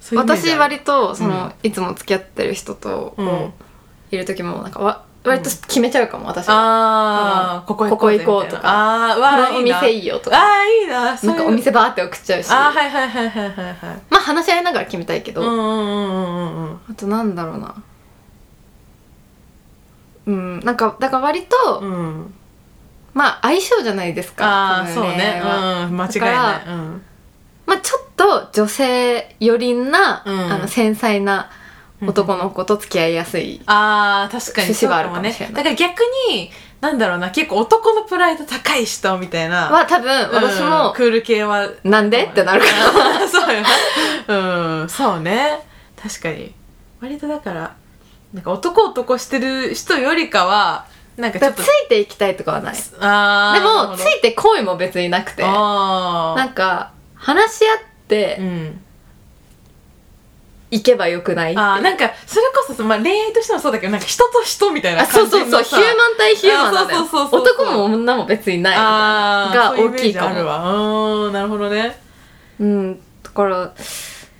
Speaker 3: そういうイメージ
Speaker 2: 私
Speaker 3: ある
Speaker 2: 割とその、
Speaker 3: うん
Speaker 2: いつも付き合ってる人と
Speaker 3: うん
Speaker 2: こういる時もなんかわ割と決めちゃうかも私は、
Speaker 3: ああ、ここ行こうぜ
Speaker 2: ここ行こうとか
Speaker 3: みたいなああ、うわ
Speaker 2: この
Speaker 3: ーい
Speaker 2: お
Speaker 3: いな。
Speaker 2: 店いいよとか
Speaker 3: ああ、いいな。そ
Speaker 2: な
Speaker 3: う
Speaker 2: い
Speaker 3: うん
Speaker 2: かお店バーって送っちゃうし
Speaker 3: ああ、はいはいはいはいはいはい。
Speaker 2: まあ話し合いながら決めたいけど、
Speaker 3: うんうんうんうんうん
Speaker 2: あとなんだろうなうんなんかだから割と、
Speaker 3: うん。うん。
Speaker 2: まあ相性じゃないですか
Speaker 3: ああ、
Speaker 2: 多
Speaker 3: そう
Speaker 2: 分恋
Speaker 3: ね
Speaker 2: 愛。は
Speaker 3: うん、間違い
Speaker 2: だ
Speaker 3: な
Speaker 2: か
Speaker 3: い。うん。
Speaker 2: まあちょっと女性寄りな、
Speaker 3: うん
Speaker 2: あの繊細な男の子と付き合いやすい、
Speaker 3: ああ、確かに
Speaker 2: 節
Speaker 3: そう
Speaker 2: はあ
Speaker 3: か
Speaker 2: る
Speaker 3: も
Speaker 2: か
Speaker 3: ね
Speaker 2: もしれ。ない
Speaker 3: だから逆に、なんだろうな、結構男のプライド高い人みたいな。
Speaker 2: は多分
Speaker 3: うん
Speaker 2: 私も、
Speaker 3: クール系は。
Speaker 2: なんでってなるから
Speaker 3: あー そうよな。うん、そうね。確かに。割とだから、なんか男男してる人よりかは、なんかちょ
Speaker 2: だ
Speaker 3: っ
Speaker 2: か
Speaker 3: と
Speaker 2: らついていきたいとかはないで
Speaker 3: あーなる
Speaker 2: も
Speaker 3: ほ
Speaker 2: つ
Speaker 3: ど
Speaker 2: いてこいも別になくてな
Speaker 3: あー
Speaker 2: んか話し合って
Speaker 3: うん、
Speaker 2: いけばよくないっていう
Speaker 3: あーなんかそれこそ、まあ、恋愛としてもそうだけどなんか人と人みたいな
Speaker 2: あそ
Speaker 3: 感
Speaker 2: う
Speaker 3: じの
Speaker 2: そうそうヒューマン対ヒューマンなの
Speaker 3: あ
Speaker 2: よ
Speaker 3: そうそうそうそう
Speaker 2: 男も女も別にないみたいな
Speaker 3: あー
Speaker 2: が
Speaker 3: そううイメージ
Speaker 2: 大きいかも
Speaker 3: あるわうーんなるほどね
Speaker 2: うんだから、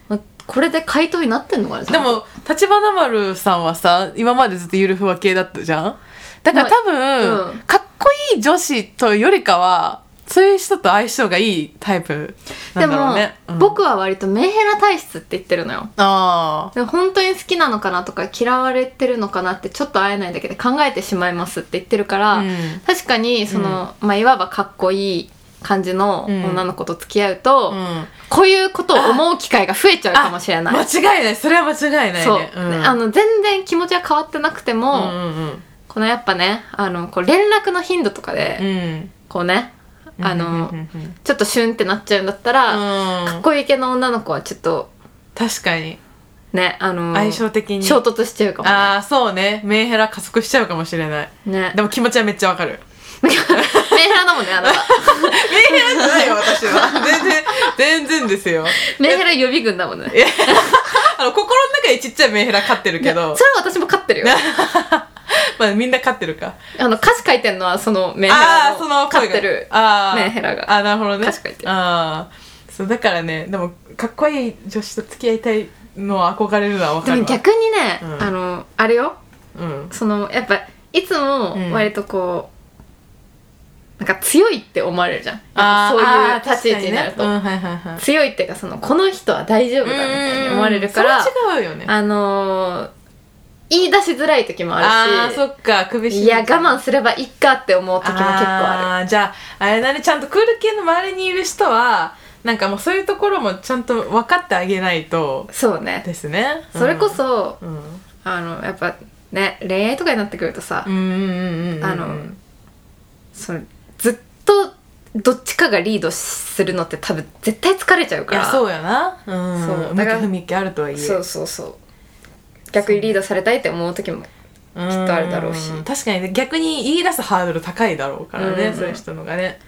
Speaker 2: ま、これで回答になってんのかな
Speaker 3: でも立花丸さんはさ今までずっとゆるふわ系だったじゃんだから多分、
Speaker 2: うん
Speaker 3: かっこいい女子とよりかはそういう人と相性がいいタイプな
Speaker 2: で
Speaker 3: んだろ
Speaker 2: も、
Speaker 3: うね、うん
Speaker 2: 僕は割とメンヘラ体質って言ってるのよ
Speaker 3: あ
Speaker 2: でも本当に好きなのかなとか嫌われてるのかなってちょっと会えないだけで考えてしまいますって言ってるから、
Speaker 3: あうん
Speaker 2: 確かにその、まあ、いわばかっこいい感じの女の子と付き合うと、
Speaker 3: うん
Speaker 2: こういうことを思う機会が増えちゃうかもしれない。
Speaker 3: 間違いないそれは間違いないね
Speaker 2: そう、
Speaker 3: ん
Speaker 2: あの全然気持ちは変わってなくて
Speaker 3: う
Speaker 2: も、
Speaker 3: んうん
Speaker 2: このやっぱねあのこう連絡の頻度とかで、
Speaker 3: うん
Speaker 2: こうねあの、
Speaker 3: うんうんうん
Speaker 2: ちょっとシュンってなっちゃうんだったら、か
Speaker 3: う
Speaker 2: っ
Speaker 3: ん、
Speaker 2: こいい系の女の子はちょっと
Speaker 3: 確かに
Speaker 2: ねあの
Speaker 3: 相性的に
Speaker 2: 衝突しちゃうかも
Speaker 3: ああそうねメンヘラ加速しちゃうかもしれない
Speaker 2: ねね
Speaker 3: でも気持ちはめっちゃわかる
Speaker 2: メンヘラだもんねあなた
Speaker 3: メンヘラじゃないよ私は全然全然ですよ。
Speaker 2: メンヘラ予備軍だもんね。
Speaker 3: あの、心の中でちっちゃいメンヘラ飼ってるけど
Speaker 2: そ、れは私も勝ってるよ。
Speaker 3: まあみんな飼ってるか。
Speaker 2: あの、歌詞書いてんのはそのメンヘ
Speaker 3: あ
Speaker 2: ラ
Speaker 3: あー、その
Speaker 2: の飼ってる。
Speaker 3: あー
Speaker 2: メンヘラが
Speaker 3: あーなるほどね。
Speaker 2: 歌詞書いてる
Speaker 3: ああ。そう、だからね、でも、かっこいい女子と付き合いたいのは憧れるのはわ
Speaker 2: で
Speaker 3: かる
Speaker 2: も
Speaker 3: わ。
Speaker 2: 逆にね、
Speaker 3: うん
Speaker 2: あの、あれよ。
Speaker 3: うん。
Speaker 2: その、やっぱ、いつも割とこう、なんか強いって思われるじゃん。やっぱそういう立ち位置になると。
Speaker 3: あー確かにねうん、はいはいはい。
Speaker 2: 強いっていうか、その、この人は大丈夫だみたいに思われるから、
Speaker 3: それは違うよね。
Speaker 2: あのー言い出しづらい時もあ
Speaker 3: あ
Speaker 2: る
Speaker 3: ー
Speaker 2: し、
Speaker 3: そっか、首絞
Speaker 2: い
Speaker 3: めちゃ
Speaker 2: や、
Speaker 3: う
Speaker 2: 我慢すればいいかって思う時も結構ある。
Speaker 3: あーじゃああれだねちゃんとクール系の周りにいる人はなんかもうそういうところもちゃんと分かってあげないと
Speaker 2: そうね。
Speaker 3: ですね
Speaker 2: それこ、そ、
Speaker 3: うん、
Speaker 2: あの、やっぱね、恋愛とかになってくるとさ、
Speaker 3: うんうんうんうん
Speaker 2: あのそのずっとどっちかがリードするのって多分絶対疲れちゃう
Speaker 3: い
Speaker 2: から。
Speaker 3: やそうやなうん
Speaker 2: そう
Speaker 3: 向
Speaker 2: だ
Speaker 3: き
Speaker 2: から
Speaker 3: 不向きあるとはいえ
Speaker 2: そうそうそう逆にリードされたいって思う時も
Speaker 3: きっ
Speaker 2: とあるだろうし
Speaker 3: 確かにね逆に言い出すハードル高いだろうからね、
Speaker 2: うん
Speaker 3: そういう人のがね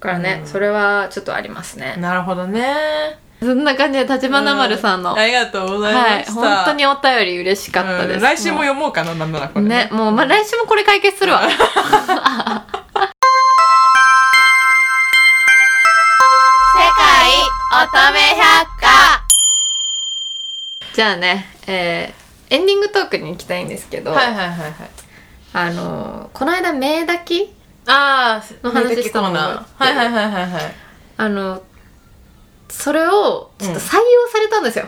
Speaker 2: だからね、
Speaker 3: うん
Speaker 2: それはちょっとありますね
Speaker 3: なるほどね
Speaker 2: そんな感じで立花丸さんの、
Speaker 3: うあ
Speaker 2: はい
Speaker 3: りがとうございました、
Speaker 2: 本当にお便り嬉しかったです、
Speaker 3: うん来週も読もうかななんならこ
Speaker 2: もう
Speaker 3: れ
Speaker 2: ねもう、まあ、来週もこれ解決す るわじゃあねえーエンディングトークに行きたいんですけど、
Speaker 3: はいはいはいはい
Speaker 2: あのーこの間名炊き
Speaker 3: ああ、
Speaker 2: の話したのがあって
Speaker 3: はいはいはいはいはい。
Speaker 2: あのそれをちょっと採用されたん ですよ、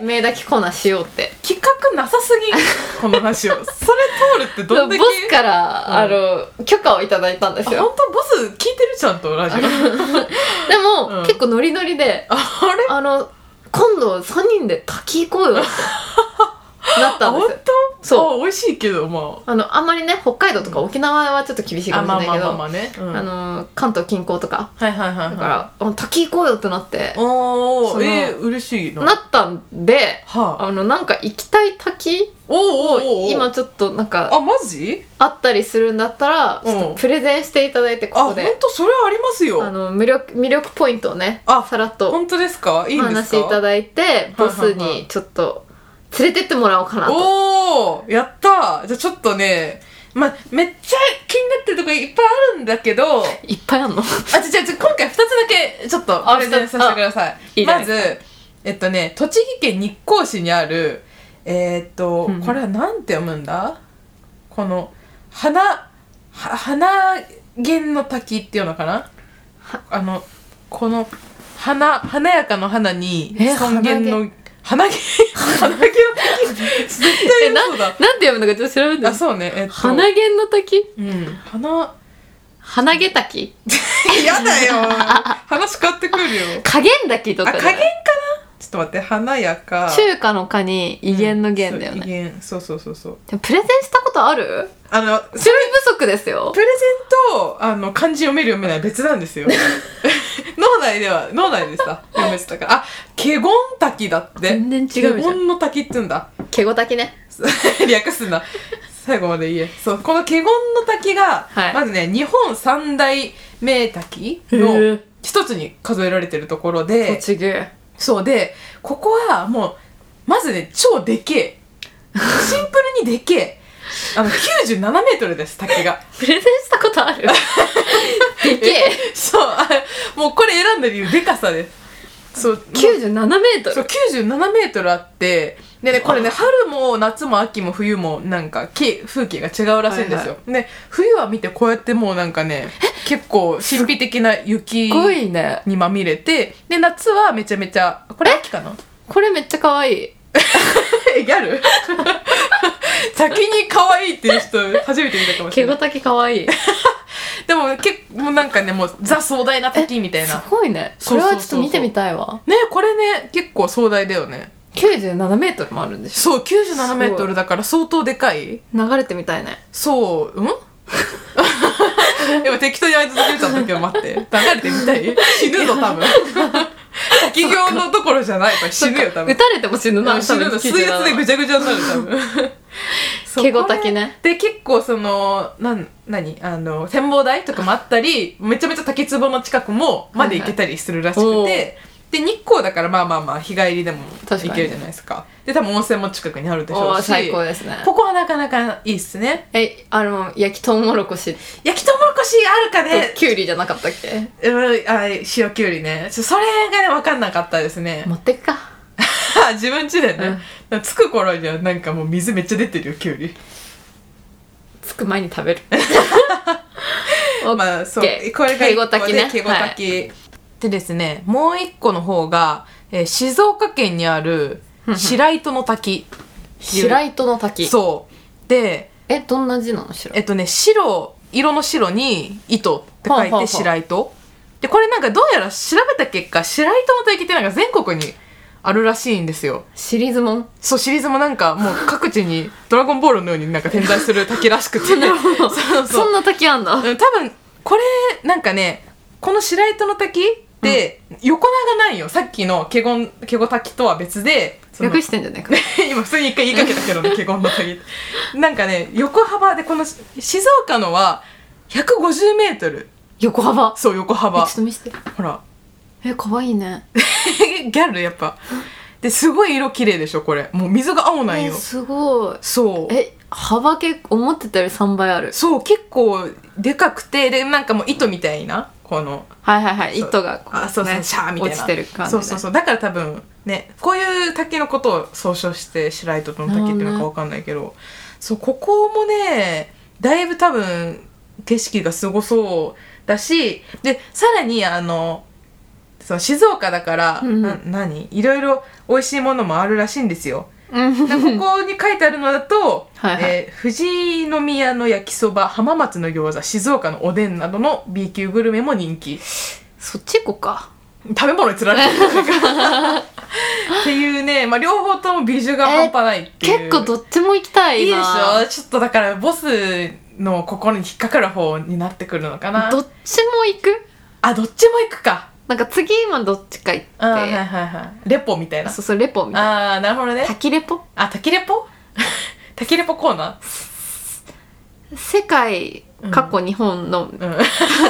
Speaker 3: え
Speaker 2: 名炊きコーナーしようって
Speaker 3: 企画なさすぎん この話を。それ通るってどんだけ。
Speaker 2: ボスから、あの許可をいただいたんです
Speaker 3: あ
Speaker 2: よ
Speaker 3: 本当ボス聞いてるちゃんと ラジオ。あ
Speaker 2: でも、
Speaker 3: うん
Speaker 2: 結構ノリノリで
Speaker 3: あれ
Speaker 2: あの今度3人で炊き行こうよって なったん
Speaker 3: あ、
Speaker 2: で
Speaker 3: 本
Speaker 2: すよ
Speaker 3: 当。
Speaker 2: そう
Speaker 3: あ美味しいけど、ま
Speaker 2: あのあんまりね北海道とか沖縄はちょっと厳しい
Speaker 3: あ。
Speaker 2: か
Speaker 3: あ、
Speaker 2: も
Speaker 3: まあ
Speaker 2: しれ
Speaker 3: ま
Speaker 2: な
Speaker 3: あ
Speaker 2: いけど、
Speaker 3: まあまあね。うん
Speaker 2: あの関東近郊とか
Speaker 3: はいはいはいは
Speaker 2: だ
Speaker 3: い。
Speaker 2: から、あの炊き行こうよってなって、
Speaker 3: お
Speaker 2: そ
Speaker 3: ー、
Speaker 2: の
Speaker 3: えー、嬉しいな。
Speaker 2: なったんで
Speaker 3: はあ。
Speaker 2: あのなんか行きたい炊き
Speaker 3: おーおーお
Speaker 2: を
Speaker 3: ー
Speaker 2: 今ちょっとなんか
Speaker 3: あ、マジ
Speaker 2: あったりするんだったら
Speaker 3: うん
Speaker 2: ちょっとプレゼンしていただいて
Speaker 3: あ、
Speaker 2: ここ
Speaker 3: 本
Speaker 2: で
Speaker 3: 当それはあります
Speaker 2: あ
Speaker 3: よ。
Speaker 2: の魅力魅力ポイントをね
Speaker 3: あ
Speaker 2: さらっと
Speaker 3: 本当ですかいい
Speaker 2: お
Speaker 3: んで
Speaker 2: 話
Speaker 3: すか
Speaker 2: しいただいてボスにちょっと連れてってもらおうかなと
Speaker 3: おーやったーじゃあちょっとね、まあ、めっちゃ気になってるとこいっぱいあるんだけど、
Speaker 2: いっぱいあんの
Speaker 3: あ、じゃあじゃあ今回2つだけちょっと
Speaker 2: あ
Speaker 3: プレゼンさせてください。
Speaker 2: 二つあい
Speaker 3: ま
Speaker 2: い
Speaker 3: ず、えっとね、栃木県日光市にある、えーっと、
Speaker 2: うん
Speaker 3: これはなんて読むんだこの、花、は花源の滝っていうのかな
Speaker 2: は
Speaker 3: あの、この、花、華やかの花に、
Speaker 2: え
Speaker 3: 尊厳の、花源、花源の滝絶対そう
Speaker 2: な
Speaker 3: だ。
Speaker 2: んて読むのかちょっと調べてみ
Speaker 3: あ、
Speaker 2: ます
Speaker 3: そうね。えっと、
Speaker 2: 花源の滝
Speaker 3: うん。花、
Speaker 2: 花毛滝
Speaker 3: やだ よ。話変わってくるよ。
Speaker 2: 加減滝とか
Speaker 3: あ、加
Speaker 2: で
Speaker 3: 減かなちょっと待って、華やか。
Speaker 2: 中華の蚊に威厳の厳だよ
Speaker 3: うんそ
Speaker 2: ね、
Speaker 3: う威厳、そうそうそうそう。
Speaker 2: でもプレゼンしたことある
Speaker 3: あの、
Speaker 2: 準備不足ですよ
Speaker 3: プレゼンと、あの、漢字読める読めない別なんで すよ。脳内では、脳内でさ、読めてたから。あ、華厳滝だって。
Speaker 2: 全然違うじゃん
Speaker 3: 華厳の滝って言うんだ。
Speaker 2: ケゴ滝ね
Speaker 3: 略すな。最後まで言え。そう、この華厳の滝が、
Speaker 2: はい
Speaker 3: まずね、日本三大名滝の一つに数えられてるところで、
Speaker 2: 栃木
Speaker 3: そうで、ここはもう、まずね、超でけ え。シンプルにでけえ。あの、97メートルです、滝 が。
Speaker 2: プレゼンしたこと あるでけえ
Speaker 3: そう、あもうこれ選んだ理由、でかさです。そう、
Speaker 2: 97メート
Speaker 3: そう
Speaker 2: ル
Speaker 3: 97メートルあって、でね、これね、春も夏も秋も冬もなんか、け風景が違うらしいんですよ。で、冬は見てこうやってもうなんかね、結構神秘的な雪
Speaker 2: すごいね
Speaker 3: にまみれて、で、夏はめちゃめちゃ、これ秋かな
Speaker 2: これめっちゃ可愛い
Speaker 3: え、ギャル先に可愛いっていう人初めて見たかもし
Speaker 2: ケ
Speaker 3: れな
Speaker 2: ゴ
Speaker 3: い。
Speaker 2: 滝可愛い
Speaker 3: でも結構なんかね、もうザ壮大な滝みたい
Speaker 2: す
Speaker 3: な。
Speaker 2: ごいねこ
Speaker 3: そう
Speaker 2: れ
Speaker 3: そうそうそう
Speaker 2: はちょっと見てみたいわ
Speaker 3: ね、これね、結構壮大だよね。
Speaker 2: 97メートルもあるんでし
Speaker 3: そう、97メートルだから相当でかい。
Speaker 2: ょ流れてみたいね
Speaker 3: そう、うん 今適当にあいつ出ちゃったけど待って。流れてみたい死ぬぞ、多分。疫病のところじゃないから死ぬよ多分
Speaker 2: 撃たれても死ぬな、
Speaker 3: 死ぬの水圧でぐ
Speaker 2: ち
Speaker 3: ちゃぐちゃになる 多分 そう
Speaker 2: 毛ごたきね
Speaker 3: これで結構そのなん何あの展望台とかもあったりめちゃめちゃ滝壺の近くもまで行けたりするらしくて、
Speaker 2: はいはいおー
Speaker 3: で日光だからまあまあまあ日帰りでも
Speaker 2: 確かに
Speaker 3: 行けるじゃないですかで多分温泉も近くにあるでし
Speaker 2: お
Speaker 3: ょう
Speaker 2: ー
Speaker 3: し
Speaker 2: 最高ですね。
Speaker 3: ここはなかなかいいっすね
Speaker 2: え、あの、焼きとうもろこし
Speaker 3: 焼きとうもろこしあるか
Speaker 2: と
Speaker 3: ね
Speaker 2: きゅうりじゃなかったっけ
Speaker 3: うんあ塩きゅうりねちょそれがね分かんなかったですね
Speaker 2: 持ってくか。
Speaker 3: あ 自分家
Speaker 2: う
Speaker 3: で
Speaker 2: ん
Speaker 3: ね、着く頃にはなんかもう水めっちゃ出てるよきゅうり
Speaker 2: つく前に食べる。
Speaker 3: まあそう
Speaker 2: け
Speaker 3: これが
Speaker 2: 敬語滝ね
Speaker 3: ここで敬語滝、でですねもう一個の方が、えー静岡県にある白糸の滝
Speaker 2: 白糸の滝。
Speaker 3: そうで
Speaker 2: え、どんな字なの白
Speaker 3: えっとね白色の白に糸って書
Speaker 2: はいあはあは
Speaker 3: て
Speaker 2: あ
Speaker 3: 白糸でこれなんかどうやら調べた結果白糸の滝ってなんか全国にあるらしいんですよ
Speaker 2: シリーズもん。
Speaker 3: そうシリーズもなんかもう各地に「ドラゴンボール」のようになんか点在する滝らしくて そうそ う
Speaker 2: そんな滝あんだ。
Speaker 3: うん多分これなんかねこの白糸の滝って横長がないよさっきの華厳華厳滝とは別でその
Speaker 2: 略してんじゃねえか。
Speaker 3: 今普通に一回言いかけたけどね華厳の滝なんかね横幅でこのし静岡のは150メートル
Speaker 2: 横幅。
Speaker 3: そう横
Speaker 2: えちょ
Speaker 3: 幅
Speaker 2: っと見せて。
Speaker 3: ほら
Speaker 2: え、かわいいね。
Speaker 3: ギャルやっぱですごい色綺麗でしょこれもう水が青なん
Speaker 2: え、
Speaker 3: よ
Speaker 2: すごい。
Speaker 3: そう
Speaker 2: え、幅結構思ってたより3倍ある。
Speaker 3: そう結構でかくてでなんかもう糸みたいなこの
Speaker 2: はいはいはい。
Speaker 3: そう
Speaker 2: 糸がこう、
Speaker 3: あそうそう
Speaker 2: ね
Speaker 3: シャーみたいな
Speaker 2: 落ちてる感じ
Speaker 3: そ
Speaker 2: ね。
Speaker 3: うそうそうだから多分ねこういう滝のことを総称して白糸の滝っていうのかわかんないけど、そうここもねだいぶ多分景色がすごそうだしでさらにあのその静岡だから、
Speaker 2: うん
Speaker 3: な何いろいろ美味しいものもあるらしいんですよ。
Speaker 2: うん。
Speaker 3: でここに書いてあるのだと
Speaker 2: はいはい
Speaker 3: えー富士宮の焼きそば浜松の餃子静岡のおでんなどの B 級グルメも人気。
Speaker 2: そっち行こうか。
Speaker 3: 食べ物に釣られてるっていうね、まあ、両方とも美女が半端ないっていう
Speaker 2: 結構どっちも行きた
Speaker 3: い
Speaker 2: い
Speaker 3: いでし
Speaker 2: な。
Speaker 3: ょちょっとだからボスの心に引っかかる方になってくるのかな
Speaker 2: どっちも行く
Speaker 3: あどっちも行くか
Speaker 2: なんか次今どっちか行って、
Speaker 3: あーはいはいはいレポみたいな
Speaker 2: そうそうレポみたいな
Speaker 3: あーなるほどね
Speaker 2: 滝レポ
Speaker 3: あ滝レポ 滝レポコーナ
Speaker 2: 世界
Speaker 3: うん
Speaker 2: 過去日本の、
Speaker 3: ー、うん、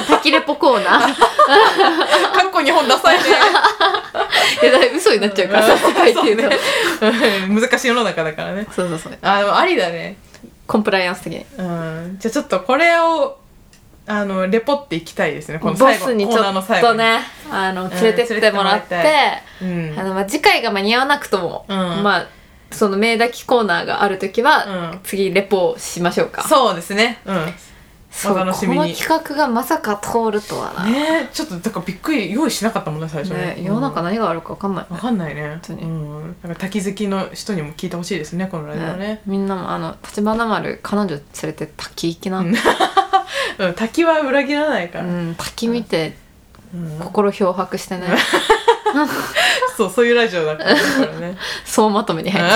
Speaker 2: 滝レポコーナー
Speaker 3: 過去日本ダサいね
Speaker 2: いやだから嘘になっちゃうから世界っていうのは
Speaker 3: うん難しい世の中だからね
Speaker 2: そうそうそう
Speaker 3: あーでもありだね
Speaker 2: コンプライアンス的に
Speaker 3: うんじゃあちょっとこれをあのレポっていきたいですねこ
Speaker 2: ボ
Speaker 3: の最後
Speaker 2: スに
Speaker 3: コ
Speaker 2: ち
Speaker 3: ー
Speaker 2: ょ
Speaker 3: ナーの
Speaker 2: っ
Speaker 3: 最後
Speaker 2: と
Speaker 3: に、
Speaker 2: ねあの連れてってもらって,、
Speaker 3: うん連れてうん、
Speaker 2: あのまあ、次回が間に合わなくとも、
Speaker 3: うん
Speaker 2: まあその名炊きコーナーがある時は、
Speaker 3: うん
Speaker 2: 次レポをしましょうか
Speaker 3: そうですねうんね
Speaker 2: そう
Speaker 3: お楽しみに
Speaker 2: この企画がまさか通るとはな、ね
Speaker 3: えちょっとだからびっくり用意しなかったもんね最初ね
Speaker 2: 世の中何があるか分かんない
Speaker 3: わかんないね
Speaker 2: 当に
Speaker 3: うん、なんか滝好きの人にも聞いてほしいですねこのラジオね
Speaker 2: ねみんなもあの立花丸彼女連れて滝行きな、
Speaker 3: う
Speaker 2: うんん、
Speaker 3: うん、滝は裏切らないから、
Speaker 2: 滝見て
Speaker 3: うん
Speaker 2: 心漂白してね、
Speaker 3: そうそういうラジオだからねこれね
Speaker 2: 総まとめに入って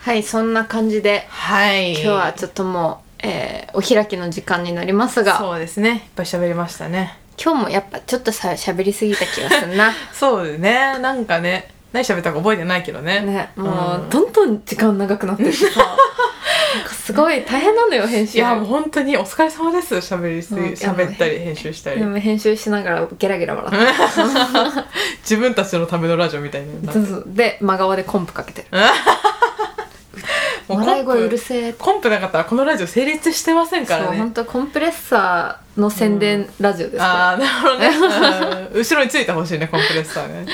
Speaker 2: はいそんな感じで
Speaker 3: はい
Speaker 2: 今日はちょっともう、えーお開きの時間になりますが
Speaker 3: そうですねいっぱい喋りましたね
Speaker 2: 今日もやっぱちょっとさ喋りすぎた気がする な
Speaker 3: そうねなんかね何喋ったか覚えてないけどね
Speaker 2: ねもう、
Speaker 3: ん
Speaker 2: どんどん時間長くなってる さなんかすごい大変なのよ編集
Speaker 3: いやもう本当にお疲れ様です喋りすぎ
Speaker 2: うん
Speaker 3: 喋ったり編集したり
Speaker 2: でも編集しながらゲラゲラ笑って
Speaker 3: 自分たちのためのラジオみたいになって
Speaker 2: そう
Speaker 3: る
Speaker 2: そうで真顔でコンプかけてる
Speaker 3: もう
Speaker 2: 笑い声う
Speaker 3: コン
Speaker 2: る
Speaker 3: プ
Speaker 2: せえ
Speaker 3: コンプなかったらこのラジオ成立してませんから
Speaker 2: そう
Speaker 3: ね
Speaker 2: 本当コンプレッサーの宣伝ラジオです、これ
Speaker 3: ああなるほど ねうん後ろについてほしいねコンプレッサーね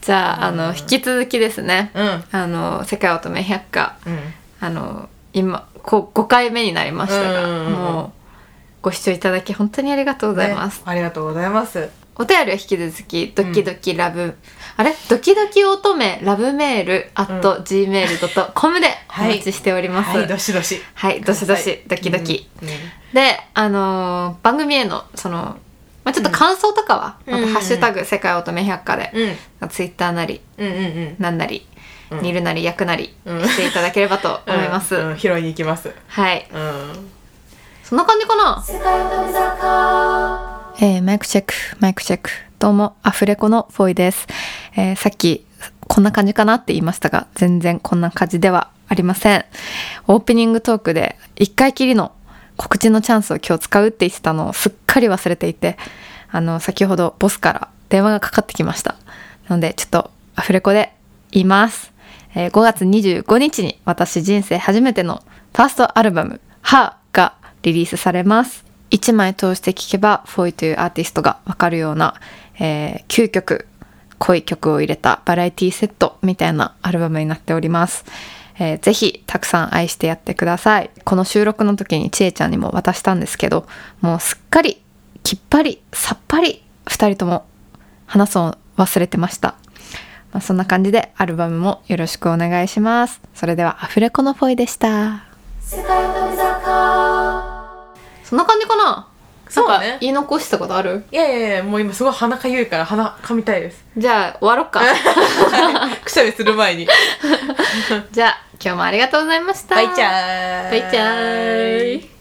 Speaker 2: じゃああの引き続きですね、
Speaker 3: うん
Speaker 2: あの「世界乙女百科
Speaker 3: うん」
Speaker 2: あの今こう5回目になりましたが、
Speaker 3: うんうんうん
Speaker 2: もうご視聴いただき本当にありがとうございます、
Speaker 3: ねありがとうございます
Speaker 2: お便りは引き続きドキドキラブ、あれドキドキ乙女ラブメール at gmail.com でお
Speaker 3: はい
Speaker 2: 待ちしております、
Speaker 3: は
Speaker 2: はいい
Speaker 3: どしどし
Speaker 2: どしどしドキドキ、
Speaker 3: うんうん
Speaker 2: であのー番組へのその、まあ、ちょっと感想とかは、
Speaker 3: うん
Speaker 2: ま
Speaker 3: うんう
Speaker 2: た「
Speaker 3: ん
Speaker 2: ハッシュタグ世界乙女百科で」
Speaker 3: うん
Speaker 2: ツイッターなり
Speaker 3: うんうんうん
Speaker 2: なんなり、
Speaker 3: うん
Speaker 2: 煮るなり焼くなり
Speaker 3: うん
Speaker 2: していただければと思います、
Speaker 3: うんうん拾いに行きます
Speaker 2: はい
Speaker 3: うん
Speaker 2: そんな感じかなえーマイクチェックマイクチェックどうも、アフレコのフォイです。えーさっき、こんな感じかなって言いましたが、全然こんな感じではありません。オープニングトークで、一回きりの告知のチャンスを今日使うって言ってたのをすっかり忘れていて、あの、先ほどボスから電話がかかってきました。なので、ちょっとアフレコで言います。えー5月25日に私人生初めてのファーストアルバム「ハーがリリースされます1枚通して聴けばフォイというアーティストがわかるような、え9曲濃い曲を入れたバラエティセットみたいなアルバムになっております、えーぜひたくさん愛してやってくださいこの収録の時にちえちゃんにも渡したんですけどもうすっかりきっぱりさっぱり2人とも話すのを忘れてましたまあ、そんな感じでアルバムもよろしくお願いします。それではアフレコのフォイでした。
Speaker 4: そんな感じかな
Speaker 3: そうね
Speaker 4: なんか言い残したことある
Speaker 3: いやいやいやもう今すごい鼻かゆいから鼻かみたいです
Speaker 4: じゃあ終わろっか
Speaker 3: くしゃみす る前に
Speaker 4: じゃあ今日もありがとうございました
Speaker 3: バイチャー
Speaker 4: バイチャーイ